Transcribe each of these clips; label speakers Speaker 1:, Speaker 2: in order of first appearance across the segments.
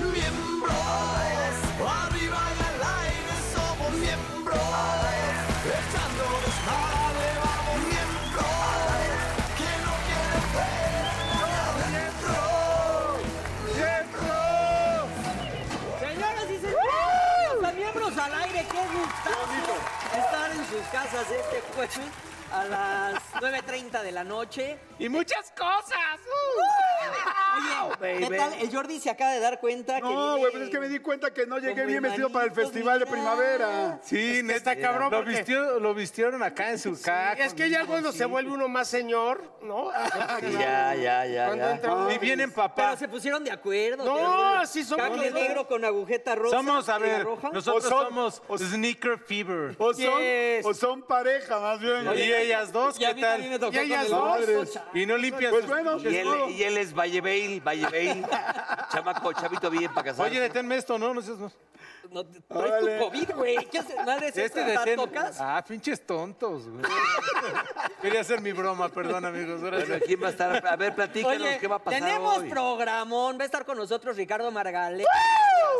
Speaker 1: Miembros, arriba y al aire somos miembros, echando desmadre vamos miembros, que no quieren ver, miembros,
Speaker 2: Señoras y señores, los miembros al aire, qué gustazo estar en sus casas este jueves a las 9.30 de la noche.
Speaker 3: Y muchas cosas.
Speaker 2: Oye, ¿qué tal? El Jordi se acaba de dar cuenta que
Speaker 4: No,
Speaker 2: vive
Speaker 4: güey, pues es que me di cuenta que no llegué
Speaker 2: como
Speaker 4: bien vestido para el
Speaker 2: hermanito,
Speaker 4: festival de
Speaker 2: mira.
Speaker 4: primavera.
Speaker 3: Sí, neta, cabrón. Lo, vistió- lo vistieron acá en su casa.
Speaker 5: Es que ya cuando se vuelve uno más señor, ¿no?
Speaker 6: Ah, Ya, ya, ya.
Speaker 5: Cuando
Speaker 6: ya.
Speaker 5: entra uno-
Speaker 3: Y vienen
Speaker 2: Pero
Speaker 3: papá.
Speaker 2: se pusieron de acuerdo.
Speaker 5: No,
Speaker 2: de alguna-
Speaker 5: sí somos
Speaker 2: Cacle
Speaker 5: los dos.
Speaker 2: negro con agujeta rosa.
Speaker 3: Somos, a
Speaker 2: y la
Speaker 3: ver,
Speaker 2: roja.
Speaker 3: nosotros
Speaker 4: O son-
Speaker 3: somos Sneaker Fever.
Speaker 4: O son,
Speaker 5: Yes.
Speaker 4: o son pareja, más bien.
Speaker 3: Y ellas dos,
Speaker 2: Y a
Speaker 3: ¿qué
Speaker 2: mí también me
Speaker 3: tal?
Speaker 2: tocó
Speaker 5: Y ellas
Speaker 2: con el
Speaker 5: dos.
Speaker 2: oso, cha-
Speaker 3: Y no limpias.
Speaker 4: Pues
Speaker 3: sus-
Speaker 4: bueno,
Speaker 6: Y él,
Speaker 4: desnudo.
Speaker 6: y él es Valleveil, Valleveil. Chamaco, chavito bien para casar.
Speaker 3: Oye, deténme esto, ¿no? no seas- no.
Speaker 2: No, traes tu
Speaker 4: Órale.
Speaker 2: COVID, güey. ¿Qué haces? ¿Madre es
Speaker 3: Este
Speaker 2: esta?
Speaker 3: detén.
Speaker 2: tocas?
Speaker 3: Ah, pinches tontos, güey. Quería hacer mi broma, perdón, amigos.
Speaker 6: Bueno,
Speaker 3: Gracias.
Speaker 6: ¿quién va a estar? A ver, platícanos
Speaker 2: Oye,
Speaker 6: qué va a pasar
Speaker 2: tenemos
Speaker 6: hoy.
Speaker 2: programón. Va a estar con nosotros Ricardo Margalef.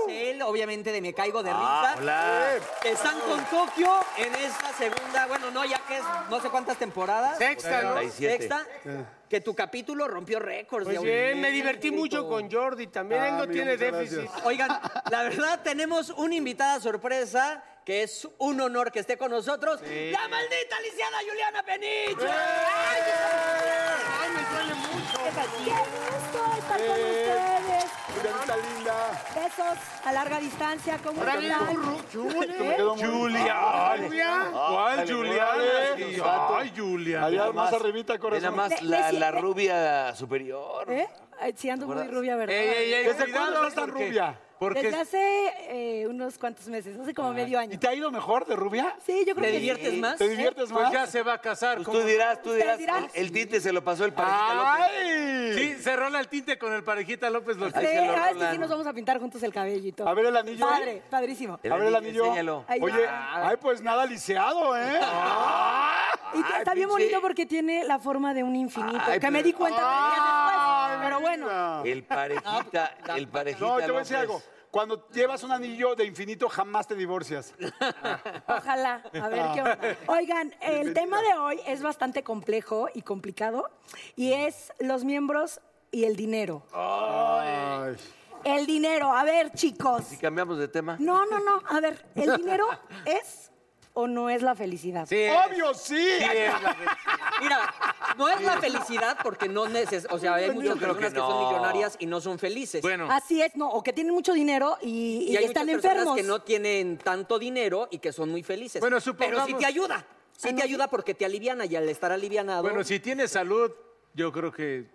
Speaker 2: Marcel, obviamente de Me Caigo de
Speaker 6: Ah,
Speaker 2: Risa.
Speaker 6: hola.
Speaker 2: Que Están con Tokio en esta segunda, bueno, no, ya que es no sé cuántas temporadas.
Speaker 5: Sexta, ¿no?
Speaker 6: 37.
Speaker 2: Sexta. Que tu capítulo rompió récords. de
Speaker 5: Pues bien, me
Speaker 2: audiencia
Speaker 5: divertí
Speaker 2: y
Speaker 5: mucho
Speaker 2: todo.
Speaker 5: con Jordi también. Él
Speaker 4: Ah,
Speaker 5: no
Speaker 4: mira,
Speaker 5: tiene
Speaker 4: muchas
Speaker 5: déficit.
Speaker 4: gracias.
Speaker 2: Oigan, la verdad tenemos una invitada sorpresa que es un honor que esté con nosotros. ¡La maldita lisiada Juliana Peniche!
Speaker 5: Ay, me sale mucho.
Speaker 7: ¡Qué gusto estar con
Speaker 4: Eh,
Speaker 7: ustedes!
Speaker 4: Julianita linda.
Speaker 7: Besos a larga distancia, ¿cómo
Speaker 5: Ahora viene un
Speaker 7: están? ¿Eh?
Speaker 4: Quedó muy-
Speaker 3: Julia. ay, ¿Cuál, Juliana?
Speaker 6: órale,
Speaker 3: Sí,
Speaker 6: vato.
Speaker 3: Ay, Julia.
Speaker 4: Allá
Speaker 6: Nada
Speaker 4: más,
Speaker 6: más.
Speaker 4: arribita,
Speaker 6: Ve
Speaker 4: corazón.
Speaker 6: nada más
Speaker 7: Le- le
Speaker 6: la,
Speaker 7: sigue-
Speaker 6: la rubia superior.
Speaker 7: ¿Eh? Ay, Sí, ando muy rubia, ¿verdad?
Speaker 3: Ey, ey, ey,
Speaker 4: ¿Desde
Speaker 3: cuidado,
Speaker 4: cuándo estás
Speaker 3: porque-
Speaker 4: rubia?
Speaker 3: Porque
Speaker 7: Desde hace eh, unos cuantos meses, hace como medio
Speaker 4: ¿Y
Speaker 7: año.
Speaker 4: te ha ido mejor de rubia?
Speaker 7: Sí, yo creo
Speaker 2: ¿Te
Speaker 7: que
Speaker 2: diviertes
Speaker 7: sí.
Speaker 2: más?
Speaker 4: ¿Te diviertes
Speaker 3: pues
Speaker 4: más?
Speaker 3: ya se va a casar.
Speaker 6: Pues
Speaker 3: ¿cómo?
Speaker 6: tú dirás, tú dirás.
Speaker 7: Ustedes dirán.
Speaker 6: El, el tinte se lo pasó el parejita López.
Speaker 4: ¡Ay!
Speaker 3: Sí, se rola el tinte con el parejita López López.
Speaker 6: Ahí
Speaker 7: Sí,
Speaker 6: se lo
Speaker 7: ah, es que sí
Speaker 6: rolan.
Speaker 7: nos vamos a pintar juntos el cabellito.
Speaker 4: A ver el anillo.
Speaker 7: Padre, padrísimo.
Speaker 6: El
Speaker 4: A ver el
Speaker 6: anillo,
Speaker 4: anillo.
Speaker 6: enséñalo.
Speaker 7: Ahí
Speaker 4: Oye,
Speaker 7: va.
Speaker 4: ay, pues nada lisiado, ¿eh?
Speaker 7: Y que está
Speaker 6: pinche.
Speaker 7: bien bonito porque tiene la forma de un infinito,
Speaker 6: Ay,
Speaker 7: que
Speaker 6: pero-
Speaker 7: me di cuenta
Speaker 4: Ay,
Speaker 7: tres días después. Pero bueno,
Speaker 4: mira.
Speaker 6: El parejita, el parejita
Speaker 4: No, te voy a decir
Speaker 6: López.
Speaker 4: algo. Cuando llevas un anillo de infinito, jamás te divorcias.
Speaker 7: Ojalá, a ver qué onda. Oigan, el tema de hoy es bastante complejo y complicado y es los miembros y el dinero.
Speaker 4: Ay.
Speaker 7: El dinero, a ver, chicos.
Speaker 6: Si cambiamos de tema.
Speaker 7: No, no, no, a ver, ¿el dinero es o no es la felicidad?
Speaker 3: Sí,
Speaker 2: Oh,
Speaker 4: ¡Obvio, sí!
Speaker 2: Mira, no es la felicidad porque no neces... O sea, hay muchas
Speaker 6: creo que
Speaker 2: personas que,
Speaker 6: no.
Speaker 2: son millonarias y no son felices.
Speaker 3: Bueno,
Speaker 7: Así es, no, o que tienen mucho dinero y, Ah, y
Speaker 2: y hay
Speaker 7: están
Speaker 2: muchas personas
Speaker 7: enfermos.
Speaker 2: que no tienen tanto dinero y que son muy felices.
Speaker 3: Bueno,
Speaker 2: Pero sí
Speaker 3: supongamos-
Speaker 2: te ayuda. Sí
Speaker 7: Ah,
Speaker 2: te ayuda porque te aliviana y al estar alivianado...
Speaker 3: bueno, si tienes salud, yo creo que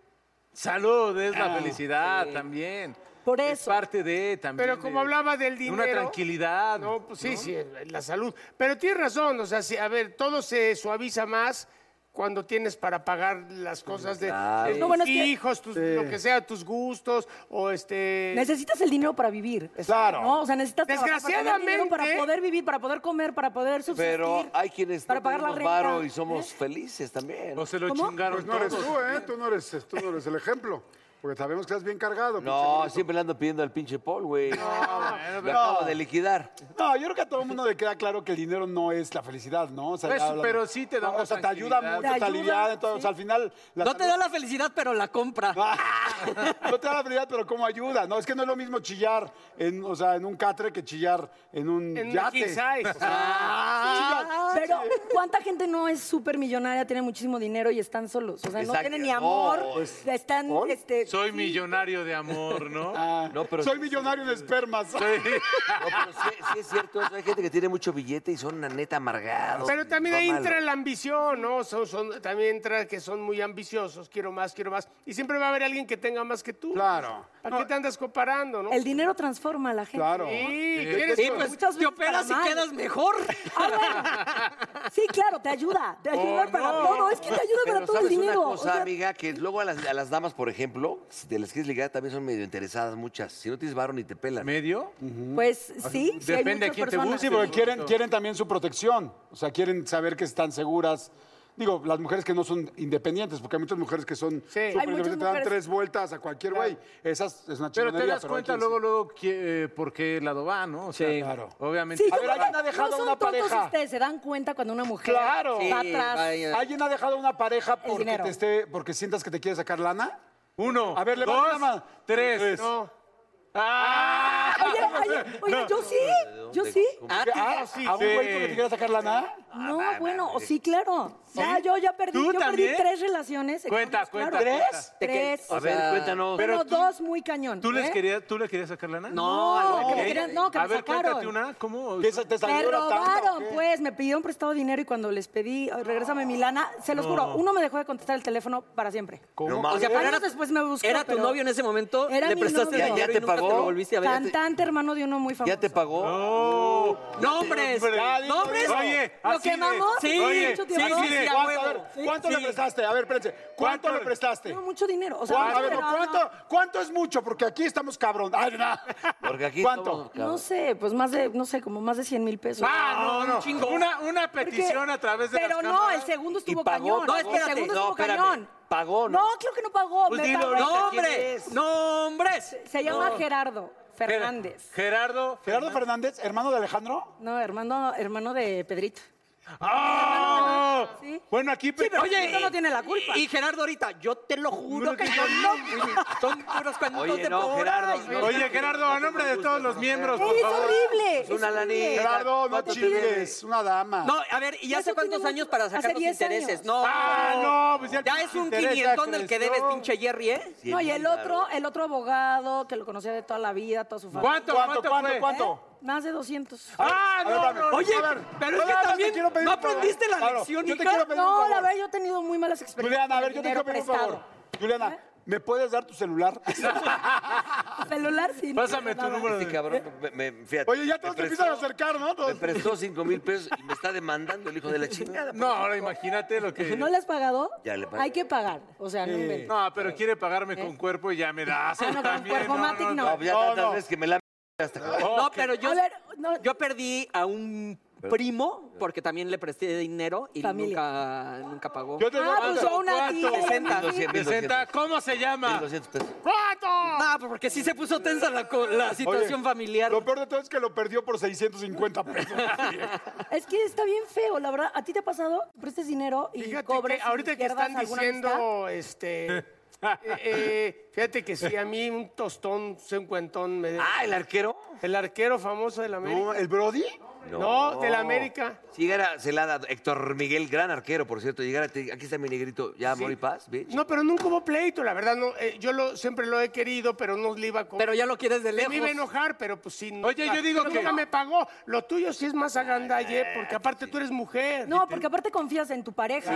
Speaker 3: salud es
Speaker 4: Ah.
Speaker 3: la felicidad también.
Speaker 7: Por
Speaker 3: Es
Speaker 7: eso.
Speaker 3: parte de también.
Speaker 5: Pero como
Speaker 3: de-
Speaker 5: hablaba del
Speaker 3: de
Speaker 5: dinero.
Speaker 3: Una tranquilidad.
Speaker 5: No, pues sí, sí, la salud. Pero tienes razón, o sea, sí, a ver, todo se suaviza más cuando tienes para pagar las cosas de, de
Speaker 7: No, bueno, es
Speaker 5: tus
Speaker 7: que-
Speaker 5: hijos, tus- lo que sea, tus gustos o este...
Speaker 7: Necesitas el dinero para vivir.
Speaker 4: Claro.
Speaker 7: No, o sea, necesitas trabajar para tener dinero, para
Speaker 5: Desgraciadamente-
Speaker 7: poder vivir, para poder comer, para poder subsistir.
Speaker 6: Pero hay quienes
Speaker 7: para
Speaker 6: para
Speaker 7: pagar la renta. ¿eh?
Speaker 6: varo y somos felices también.
Speaker 3: O se lo
Speaker 7: ¿Cómo?
Speaker 3: chingaron
Speaker 4: Pues no eres
Speaker 3: todos.
Speaker 4: tú, ¿eh? Tú no eres, tú no eres el ejemplo. Porque sabemos que estás bien cargado. pinche
Speaker 6: No,
Speaker 4: Benito.
Speaker 6: siempre le ando pidiendo al pinche Paul, güey.
Speaker 3: Ah,
Speaker 4: bueno,
Speaker 6: Lo
Speaker 4: pero-
Speaker 6: acabo de liquidar.
Speaker 4: No, yo creo que a todo el mundo le queda claro que el dinero no es la felicidad, ¿no? O sea,
Speaker 3: Pues,
Speaker 4: ya hablan-
Speaker 3: pero sí te da una
Speaker 4: O sea, te ayuda
Speaker 3: tranquilidad.
Speaker 4: mucho,
Speaker 7: Te
Speaker 4: te,
Speaker 7: ayuda,
Speaker 4: alivia, entonces, al final... la
Speaker 2: No te da
Speaker 4: salud-
Speaker 2: la felicidad, pero la compra.
Speaker 4: Ah, no te da la felicidad, pero ¿cómo ayuda? No, es que no es lo mismo chillar en, o sea, en un catre que chillar en un
Speaker 5: En una
Speaker 4: yate. Ah,
Speaker 5: king size.
Speaker 7: Pero ¿cuánta gente no es súper millonaria, tiene muchísimo dinero y están solos? O sea, no
Speaker 6: Exacto.
Speaker 7: tienen ni
Speaker 6: No,
Speaker 7: amor,
Speaker 6: pues,
Speaker 7: están...
Speaker 4: ¿por?
Speaker 7: Este,
Speaker 3: Soy
Speaker 7: sí.
Speaker 3: millonario de amor, ¿no?
Speaker 6: No, pero
Speaker 4: Ah, Soy millonario en espermas.
Speaker 6: No, pero sí, sí es cierto. eso. Hay gente que tiene mucho billete y son una neta amargados.
Speaker 5: Pero también
Speaker 6: No
Speaker 5: ahí
Speaker 6: malo.
Speaker 5: entra la ambición, ¿no? Son- son- también entra que son muy ambiciosos, quiero más, quiero más. Y siempre va a haber alguien que tenga más que tú.
Speaker 4: Claro.
Speaker 5: ¿Para qué te andas comparando, no?
Speaker 7: El dinero transforma a la gente.
Speaker 4: Claro.
Speaker 5: Sí, tienes
Speaker 7: Sí,
Speaker 5: que-
Speaker 7: pues,
Speaker 2: Pues te operas y
Speaker 7: para mal.
Speaker 2: quedas mejor.
Speaker 7: Ah, bueno. Sí, claro, te ayuda.
Speaker 4: Oh,
Speaker 7: Te ayuda para todo. Es que te ayuda
Speaker 6: Oh,
Speaker 7: para
Speaker 6: Pero
Speaker 7: todo el
Speaker 6: sabes
Speaker 7: dinero.
Speaker 6: una
Speaker 7: o
Speaker 6: cosa,
Speaker 7: sea,
Speaker 6: amiga, que luego a las, a las damas, por ejemplo, si te les quieres ligar, también son medio interesadas muchas. Si no tienes varón ni te pelan.
Speaker 3: ¿Medio?
Speaker 7: pues sí, sí hay
Speaker 3: Depende a
Speaker 7: muchas
Speaker 3: quién te
Speaker 7: personas.
Speaker 3: guste.
Speaker 4: Sí, porque quieren, quieren también su protección. O sea, quieren saber que están seguras. Digo, las mujeres que no son independientes, porque hay muchas mujeres que son
Speaker 5: Hay
Speaker 4: súper
Speaker 7: muchas
Speaker 4: independientes, te dan
Speaker 7: mujeres-
Speaker 4: tres vueltas a cualquier güey. Esas es
Speaker 3: Pero
Speaker 4: una
Speaker 3: te
Speaker 4: chingonería,
Speaker 3: das
Speaker 4: pero hay
Speaker 3: cuenta
Speaker 4: quien
Speaker 3: luego, luego, qué, eh, por qué lado va, ¿no? O sea,
Speaker 4: Sí. Claro.
Speaker 3: Obviamente.
Speaker 7: Sí,
Speaker 4: A ver,
Speaker 7: como
Speaker 4: ¿alguien
Speaker 7: que
Speaker 4: ha dejado
Speaker 7: no ¿Eh? son
Speaker 4: una
Speaker 7: tontos
Speaker 4: pareja?
Speaker 7: ustedes, se dan cuenta cuando una mujer
Speaker 4: Claro.
Speaker 7: va atrás.
Speaker 4: sí. ¿Alguien ha dejado una pareja porque,
Speaker 7: dinero.
Speaker 4: te esté, porque sientas que te quiere sacar lana?
Speaker 3: Uno,
Speaker 4: A ver, levanta la
Speaker 3: dos,
Speaker 4: mano.
Speaker 3: tres.
Speaker 4: Tres.
Speaker 3: No. ¡Ah!
Speaker 7: Oye, oye, oye, yo sí, yo sí.
Speaker 4: ¿Ah, ¿A un
Speaker 3: sí.
Speaker 4: güey porque te quiere sacar lana?
Speaker 7: No, bueno, o sí, claro. Ya, yo ya perdí,
Speaker 3: ¿Tú
Speaker 7: yo
Speaker 3: también?
Speaker 7: perdí tres relaciones.
Speaker 3: Cuenta,
Speaker 7: sexuales,
Speaker 3: cuenta,
Speaker 7: claro.
Speaker 3: cuenta.
Speaker 7: Tres.
Speaker 6: A ver, cuéntanos.
Speaker 7: Bueno, dos muy cañón.
Speaker 3: ¿Tú, les
Speaker 7: ¿eh?
Speaker 3: querías, ¿Tú le querías sacar lana?
Speaker 7: No, que me
Speaker 3: Ok.
Speaker 7: querían- no, que me
Speaker 3: A ver,
Speaker 7: sacaron.
Speaker 3: cuéntate una. ¿Cómo?
Speaker 4: ¿Qué, ¿Te salió
Speaker 7: Me
Speaker 4: la tanda o
Speaker 7: robaron,
Speaker 4: qué?
Speaker 7: pues, me pidieron prestado dinero y cuando les pedí, "Ay, regrésame mi lana, se los juro, uno me dejó de contestar el teléfono para siempre.
Speaker 6: No
Speaker 2: O
Speaker 6: mames.
Speaker 2: sea, pero
Speaker 7: Años
Speaker 2: era,
Speaker 7: después me buscó,
Speaker 2: era tu
Speaker 7: pero-
Speaker 2: novio en ese momento,
Speaker 7: Era
Speaker 2: le
Speaker 7: mi
Speaker 2: prestaste
Speaker 7: novio.
Speaker 2: dinero
Speaker 6: ¿Ya- ya
Speaker 2: y
Speaker 6: te
Speaker 2: nunca
Speaker 6: pagó?
Speaker 2: te lo volviste a ver.
Speaker 7: Cantante hermano de uno muy famoso.
Speaker 6: ¿Ya te pagó?
Speaker 2: ¡Nombres! ¡Nombres!
Speaker 3: Oye,
Speaker 7: ¿Lo
Speaker 3: así de-
Speaker 7: quemamos?
Speaker 2: Sí,
Speaker 3: Oye,
Speaker 7: mucho
Speaker 3: sí,
Speaker 7: tiempo.
Speaker 3: sí, de-
Speaker 2: Sí, a
Speaker 4: ¿Cuánto, a
Speaker 2: huevo.
Speaker 4: ver, ¿cuánto le prestaste? A ver, espérense. ¿Cuánto
Speaker 3: ¿Cuánto?
Speaker 4: le prestaste?
Speaker 7: No, mucho dinero. O sea,
Speaker 4: ¿Cuánto? A ver,
Speaker 7: pero
Speaker 4: no,
Speaker 7: no,
Speaker 4: ¿cuánto, ¿cuánto es mucho? Porque aquí estamos cabrón. Ay, no.
Speaker 6: Porque aquí
Speaker 4: ¿Cuánto?
Speaker 7: No, sé, pues más de, no sé, como más de 100 mil pesos.
Speaker 3: Ah, no, no. Una, una petición a través de
Speaker 7: Pero
Speaker 3: las
Speaker 7: no, el
Speaker 3: cámaras.
Speaker 7: segundo
Speaker 6: Y
Speaker 7: estuvo
Speaker 6: pagó,
Speaker 7: cañón.
Speaker 6: pagó.
Speaker 7: el segundo
Speaker 6: No,
Speaker 7: estuvo
Speaker 6: espérame.
Speaker 7: cañón.
Speaker 6: Pagó, ¿no?
Speaker 7: No, creo que no pagó.
Speaker 6: Pues
Speaker 7: me
Speaker 6: dilo
Speaker 7: pagó.
Speaker 6: ahorita, ¿quién
Speaker 2: ¡Nombre!
Speaker 6: es?
Speaker 2: ¡Nombres!
Speaker 7: Se llama Gerardo
Speaker 3: Ger-
Speaker 7: Fernández.
Speaker 3: Gerardo.
Speaker 4: Gerardo Fernández, hermano de Alejandro.
Speaker 7: No, hermano, hermano de Pedrito.
Speaker 3: ¡Ah!
Speaker 7: Sí.
Speaker 3: Bueno, aquí.
Speaker 7: Sí, pero
Speaker 2: Oye,
Speaker 7: Pedrito no tiene la culpa.
Speaker 2: Y Gerardo ahorita, yo te lo juro que yo no. fui. Son puros cuentos
Speaker 6: Oye,
Speaker 2: de
Speaker 6: no,
Speaker 2: por
Speaker 6: Gerardo,
Speaker 2: ahí.
Speaker 6: no.
Speaker 3: Oye, Gerardo, ah. a nombre de todos los miembros, por
Speaker 7: es
Speaker 3: favor.
Speaker 7: horrible.
Speaker 6: Es una
Speaker 7: es horrible.
Speaker 6: lanita.
Speaker 4: Gerardo, no
Speaker 6: ¿Cuánto
Speaker 4: chingues. Una dama.
Speaker 2: No, a ver, ¿y
Speaker 7: Eso
Speaker 2: hace cuántos
Speaker 7: tiene
Speaker 2: años
Speaker 7: mucho-
Speaker 2: para sacar
Speaker 7: hace
Speaker 2: los
Speaker 7: 10
Speaker 2: intereses?
Speaker 7: años.
Speaker 2: No.
Speaker 3: Ah, no, pues ya el
Speaker 2: Ya
Speaker 3: pinche
Speaker 2: es un
Speaker 3: interés ya
Speaker 2: 500 el que debes,
Speaker 3: creció.
Speaker 2: pinche Jerry, ¿eh?
Speaker 6: Cien
Speaker 7: No, y
Speaker 6: mil
Speaker 7: el
Speaker 6: varos.
Speaker 7: otro, el otro abogado que lo conocía de toda la vida, toda su familia. ¿Eh?
Speaker 3: ¿Cuánto,
Speaker 4: ¿Cuánto,
Speaker 3: cuánto,
Speaker 4: cuánto,
Speaker 3: fue?
Speaker 4: cuánto?
Speaker 7: Más de 200.
Speaker 3: Ah,
Speaker 4: A ver,
Speaker 3: no,
Speaker 4: dame.
Speaker 3: no, no.
Speaker 2: Oye,
Speaker 4: A ver,
Speaker 2: pero es que
Speaker 4: nada más te
Speaker 2: también
Speaker 4: quiero pedir
Speaker 2: no
Speaker 4: un favor.
Speaker 2: aprendiste la
Speaker 4: Claro,
Speaker 2: lección,
Speaker 4: yo te
Speaker 2: hija.
Speaker 4: quiero pedir un
Speaker 7: No, la
Speaker 4: favor.
Speaker 7: verdad, yo he tenido muy malas experiencias.
Speaker 4: Juliana, a ver,
Speaker 7: con
Speaker 4: yo te
Speaker 7: dinero
Speaker 4: quiero pedir un favor.
Speaker 7: prestado. ¿Eh?
Speaker 4: Juliana, ¿me puedes dar tu celular?
Speaker 7: Celular sí. no
Speaker 3: Pásame
Speaker 7: tengo
Speaker 3: tu
Speaker 7: nada.
Speaker 3: número
Speaker 6: Este
Speaker 3: de...
Speaker 6: cabrón, me, me- fíjate.
Speaker 4: Oye, ya
Speaker 6: me
Speaker 4: todos te
Speaker 6: prestó-
Speaker 4: empiezan a acercar, ¿no?
Speaker 6: Me prestó cinco mil pesos y me está demandando el hijo de la chingada. pues.
Speaker 3: No, ahora imagínate lo que...
Speaker 7: Pues, ¿No le has pagado?
Speaker 6: Ya le Eh, pagué.
Speaker 7: Hay que pagar. O sea, no inventes. eh.
Speaker 3: No, pero quiere pagarme con cuerpo y ya me da asco
Speaker 7: Ah, no, con
Speaker 3: también.
Speaker 7: cuerpo matic, no.
Speaker 6: No, ya
Speaker 4: No,
Speaker 6: tantas
Speaker 4: no.
Speaker 6: veces que me la hasta
Speaker 2: No, pero yo,
Speaker 7: A ver, no.
Speaker 2: yo perdí a un primo porque también le presté dinero y
Speaker 7: Familia.
Speaker 2: nunca, nunca pagó.
Speaker 4: Yo te digo,
Speaker 7: Ah, pues yo a una tía. y a mi
Speaker 2: ¿Cuánto?
Speaker 7: tía.
Speaker 3: 60, ¿cómo se llama?
Speaker 6: 1200 pesos.
Speaker 2: Ah, pues porque sí se puso tensa la, co- la
Speaker 4: Oye,
Speaker 2: situación familiar.
Speaker 4: Lo peor de todo es que lo perdió por 650 pesos.
Speaker 7: Es que está bien feo, la verdad. ¿A ti te ha pasado? Prestes dinero y
Speaker 5: Fíjate
Speaker 7: cobres.
Speaker 5: que ahorita
Speaker 7: y
Speaker 5: que
Speaker 7: pierdas
Speaker 5: están
Speaker 7: alguna amistad.
Speaker 5: diciendo, este, eh, eh, fíjate que sí, a mí un tostón, no sé, un cuentón me debe.
Speaker 6: Ah, ¿el arquero?
Speaker 5: El arquero famoso del América.
Speaker 4: No, ¿El Brody?
Speaker 5: No, del América.
Speaker 6: Si llegara, se la da Héctor Miguel, gran arquero, por cierto. Llegara, te- aquí está mi negrito. Ya, amor y paz, bitch.
Speaker 5: No, pero nunca hubo pleito, la verdad. No, eh, yo lo, siempre lo he querido, pero no le iba a
Speaker 2: Pero ya lo quieres de
Speaker 5: Me iba a
Speaker 2: lejos.
Speaker 5: enojar, pero pues sí.
Speaker 3: Oye, yo digo
Speaker 5: pero
Speaker 3: que-
Speaker 5: Nunca me pagó. Lo tuyo sí es más agandalle,
Speaker 6: Eh.
Speaker 5: porque aparte tú eres mujer.
Speaker 7: No, porque aparte confías en tu pareja.